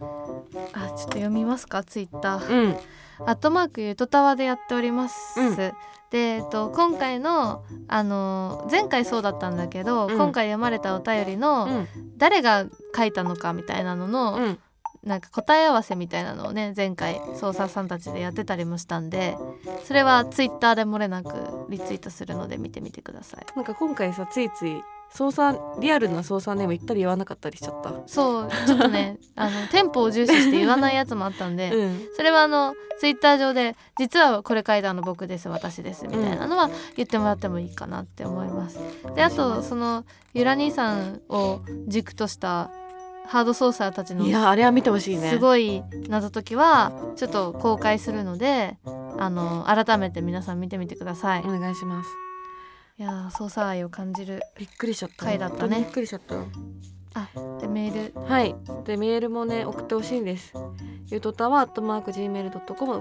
Speaker 2: あちょっと読みますかツイッター
Speaker 1: うん
Speaker 2: アットマークゆとたわでやっております。
Speaker 1: うん
Speaker 2: で、えっと、今回の、あのー前回そうだったんだけど、
Speaker 1: うん
Speaker 2: 今回読まれたお便り
Speaker 1: う
Speaker 2: の、
Speaker 1: ん
Speaker 2: 誰が書いたのかみたいなのの、
Speaker 1: うん
Speaker 2: なんか答え合わせみたいなのをね前回捜査さんたちでやってたりもしたんでそれはツイッターで漏れなくリツイートするので見てみてください。
Speaker 1: なんか今回さついつい操作リアルな操作ネーム言ったり言わなかったりしちゃった、
Speaker 2: そうちょっ
Speaker 1: [laughs]
Speaker 2: とねあのテンポを重視して言わないやつもあったんで、
Speaker 1: うん
Speaker 2: それはあのツイッター上で「実はこれ書いたの僕です私です」みたいなのは言ってもらってもいいかなって思います。であとそのゆら兄さんを軸としたハードソーサーたちの
Speaker 1: いやあれは見てほしいね
Speaker 2: すごい謎解きはちょっと公開するのであの改めて皆さん見てみてください。
Speaker 1: お願いします
Speaker 2: いやー操作愛を感じる
Speaker 1: びっくりしちゃった
Speaker 2: 回だったね
Speaker 1: 本当にびっくりしちゃった
Speaker 2: でメール
Speaker 1: はいでメールもね送ってほしいんですゆとたはアットマーク Gmail.com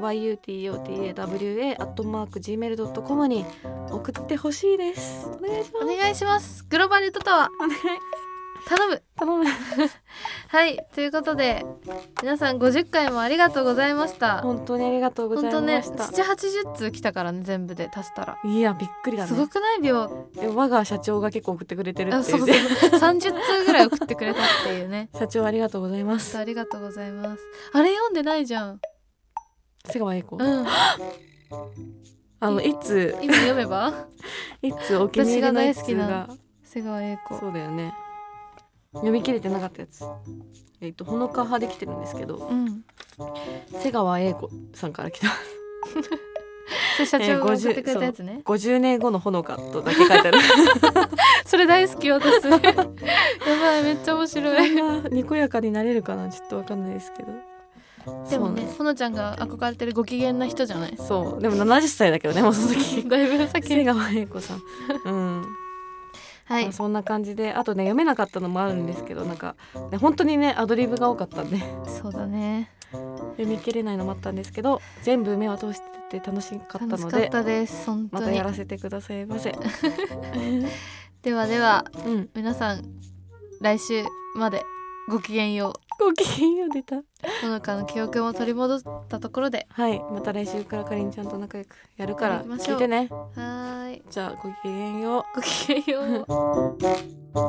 Speaker 1: yutotawa アットマーク Gmail.com に送ってほしいですお願いしま
Speaker 2: お
Speaker 1: す
Speaker 2: 願いしますグローバルユトタワー
Speaker 1: お願い
Speaker 2: 頼む
Speaker 1: 頼む
Speaker 2: はいということで皆さん50回もありがとうございました
Speaker 1: 本当にありがとうご
Speaker 2: 本
Speaker 1: ざい
Speaker 2: 当ね
Speaker 1: ました、
Speaker 2: 780通来たからね全部で足したら、
Speaker 1: いやびっくりだ
Speaker 2: すご
Speaker 1: ね
Speaker 2: くない秒
Speaker 1: で我が社長が結構送ってくれてる
Speaker 2: あ
Speaker 1: ってい
Speaker 2: そ
Speaker 1: う
Speaker 2: うそう [laughs]
Speaker 1: ね
Speaker 2: 30通ぐらい送ってくれたっていうね
Speaker 1: 社長ありがとうございま
Speaker 2: 本
Speaker 1: す
Speaker 2: 当ありがとうございますあれ読んでないじゃん
Speaker 1: 瀬川栄子、
Speaker 2: うん
Speaker 1: あのいつ
Speaker 2: 今読め
Speaker 1: [laughs]
Speaker 2: ば
Speaker 1: いつお気に入りのいつ
Speaker 2: 私が大
Speaker 1: が
Speaker 2: 瀬川栄子
Speaker 1: そうだよね読み切れてなかったやつえっとほのか派できてるんですけど
Speaker 2: うん
Speaker 1: 瀬川栄子さんから来た
Speaker 2: それ社
Speaker 1: えー
Speaker 2: 長が送ってくれたやつね、
Speaker 1: 50年後のほのかとだけ書いてある
Speaker 2: それ大好
Speaker 1: [laughs]
Speaker 2: き私やばいめっちゃ面白い
Speaker 1: にこやかになれるかなちょっとわかんないですけど
Speaker 2: でもね
Speaker 1: そう,、
Speaker 2: ほのちゃんが憧れてるご機嫌な人じ
Speaker 1: [laughs]
Speaker 2: ゃない
Speaker 1: そうでも70歳だけどねもうその
Speaker 2: [laughs]
Speaker 1: 時
Speaker 2: だいぶ先
Speaker 1: [laughs] 瀬川栄子さんうん
Speaker 2: は
Speaker 1: ま
Speaker 2: い
Speaker 1: あそんな感じであとね読めなかったのもあるんですけどなんか、ね、本当にねアドリブが多かったんで
Speaker 2: そうだね
Speaker 1: 読み切れないのもあったんですけど全部目は通してて楽しかった
Speaker 2: 楽し
Speaker 1: の
Speaker 2: かっ
Speaker 1: で
Speaker 2: たです本
Speaker 1: ま
Speaker 2: 当
Speaker 1: た
Speaker 2: に、
Speaker 1: やらせてくださいませ
Speaker 2: ではでは
Speaker 1: うん
Speaker 2: 皆さん来週までごきげんよ
Speaker 1: ごきげんよう出た
Speaker 2: うほのかの記憶も取り戻ったところで
Speaker 1: はいまた来週からかりんちゃんと仲良くやるか
Speaker 2: や
Speaker 1: ら
Speaker 2: りましょ
Speaker 1: 聞
Speaker 2: う
Speaker 1: いてね
Speaker 2: はーい
Speaker 1: じゃあごきげんよう
Speaker 2: ごきげんよう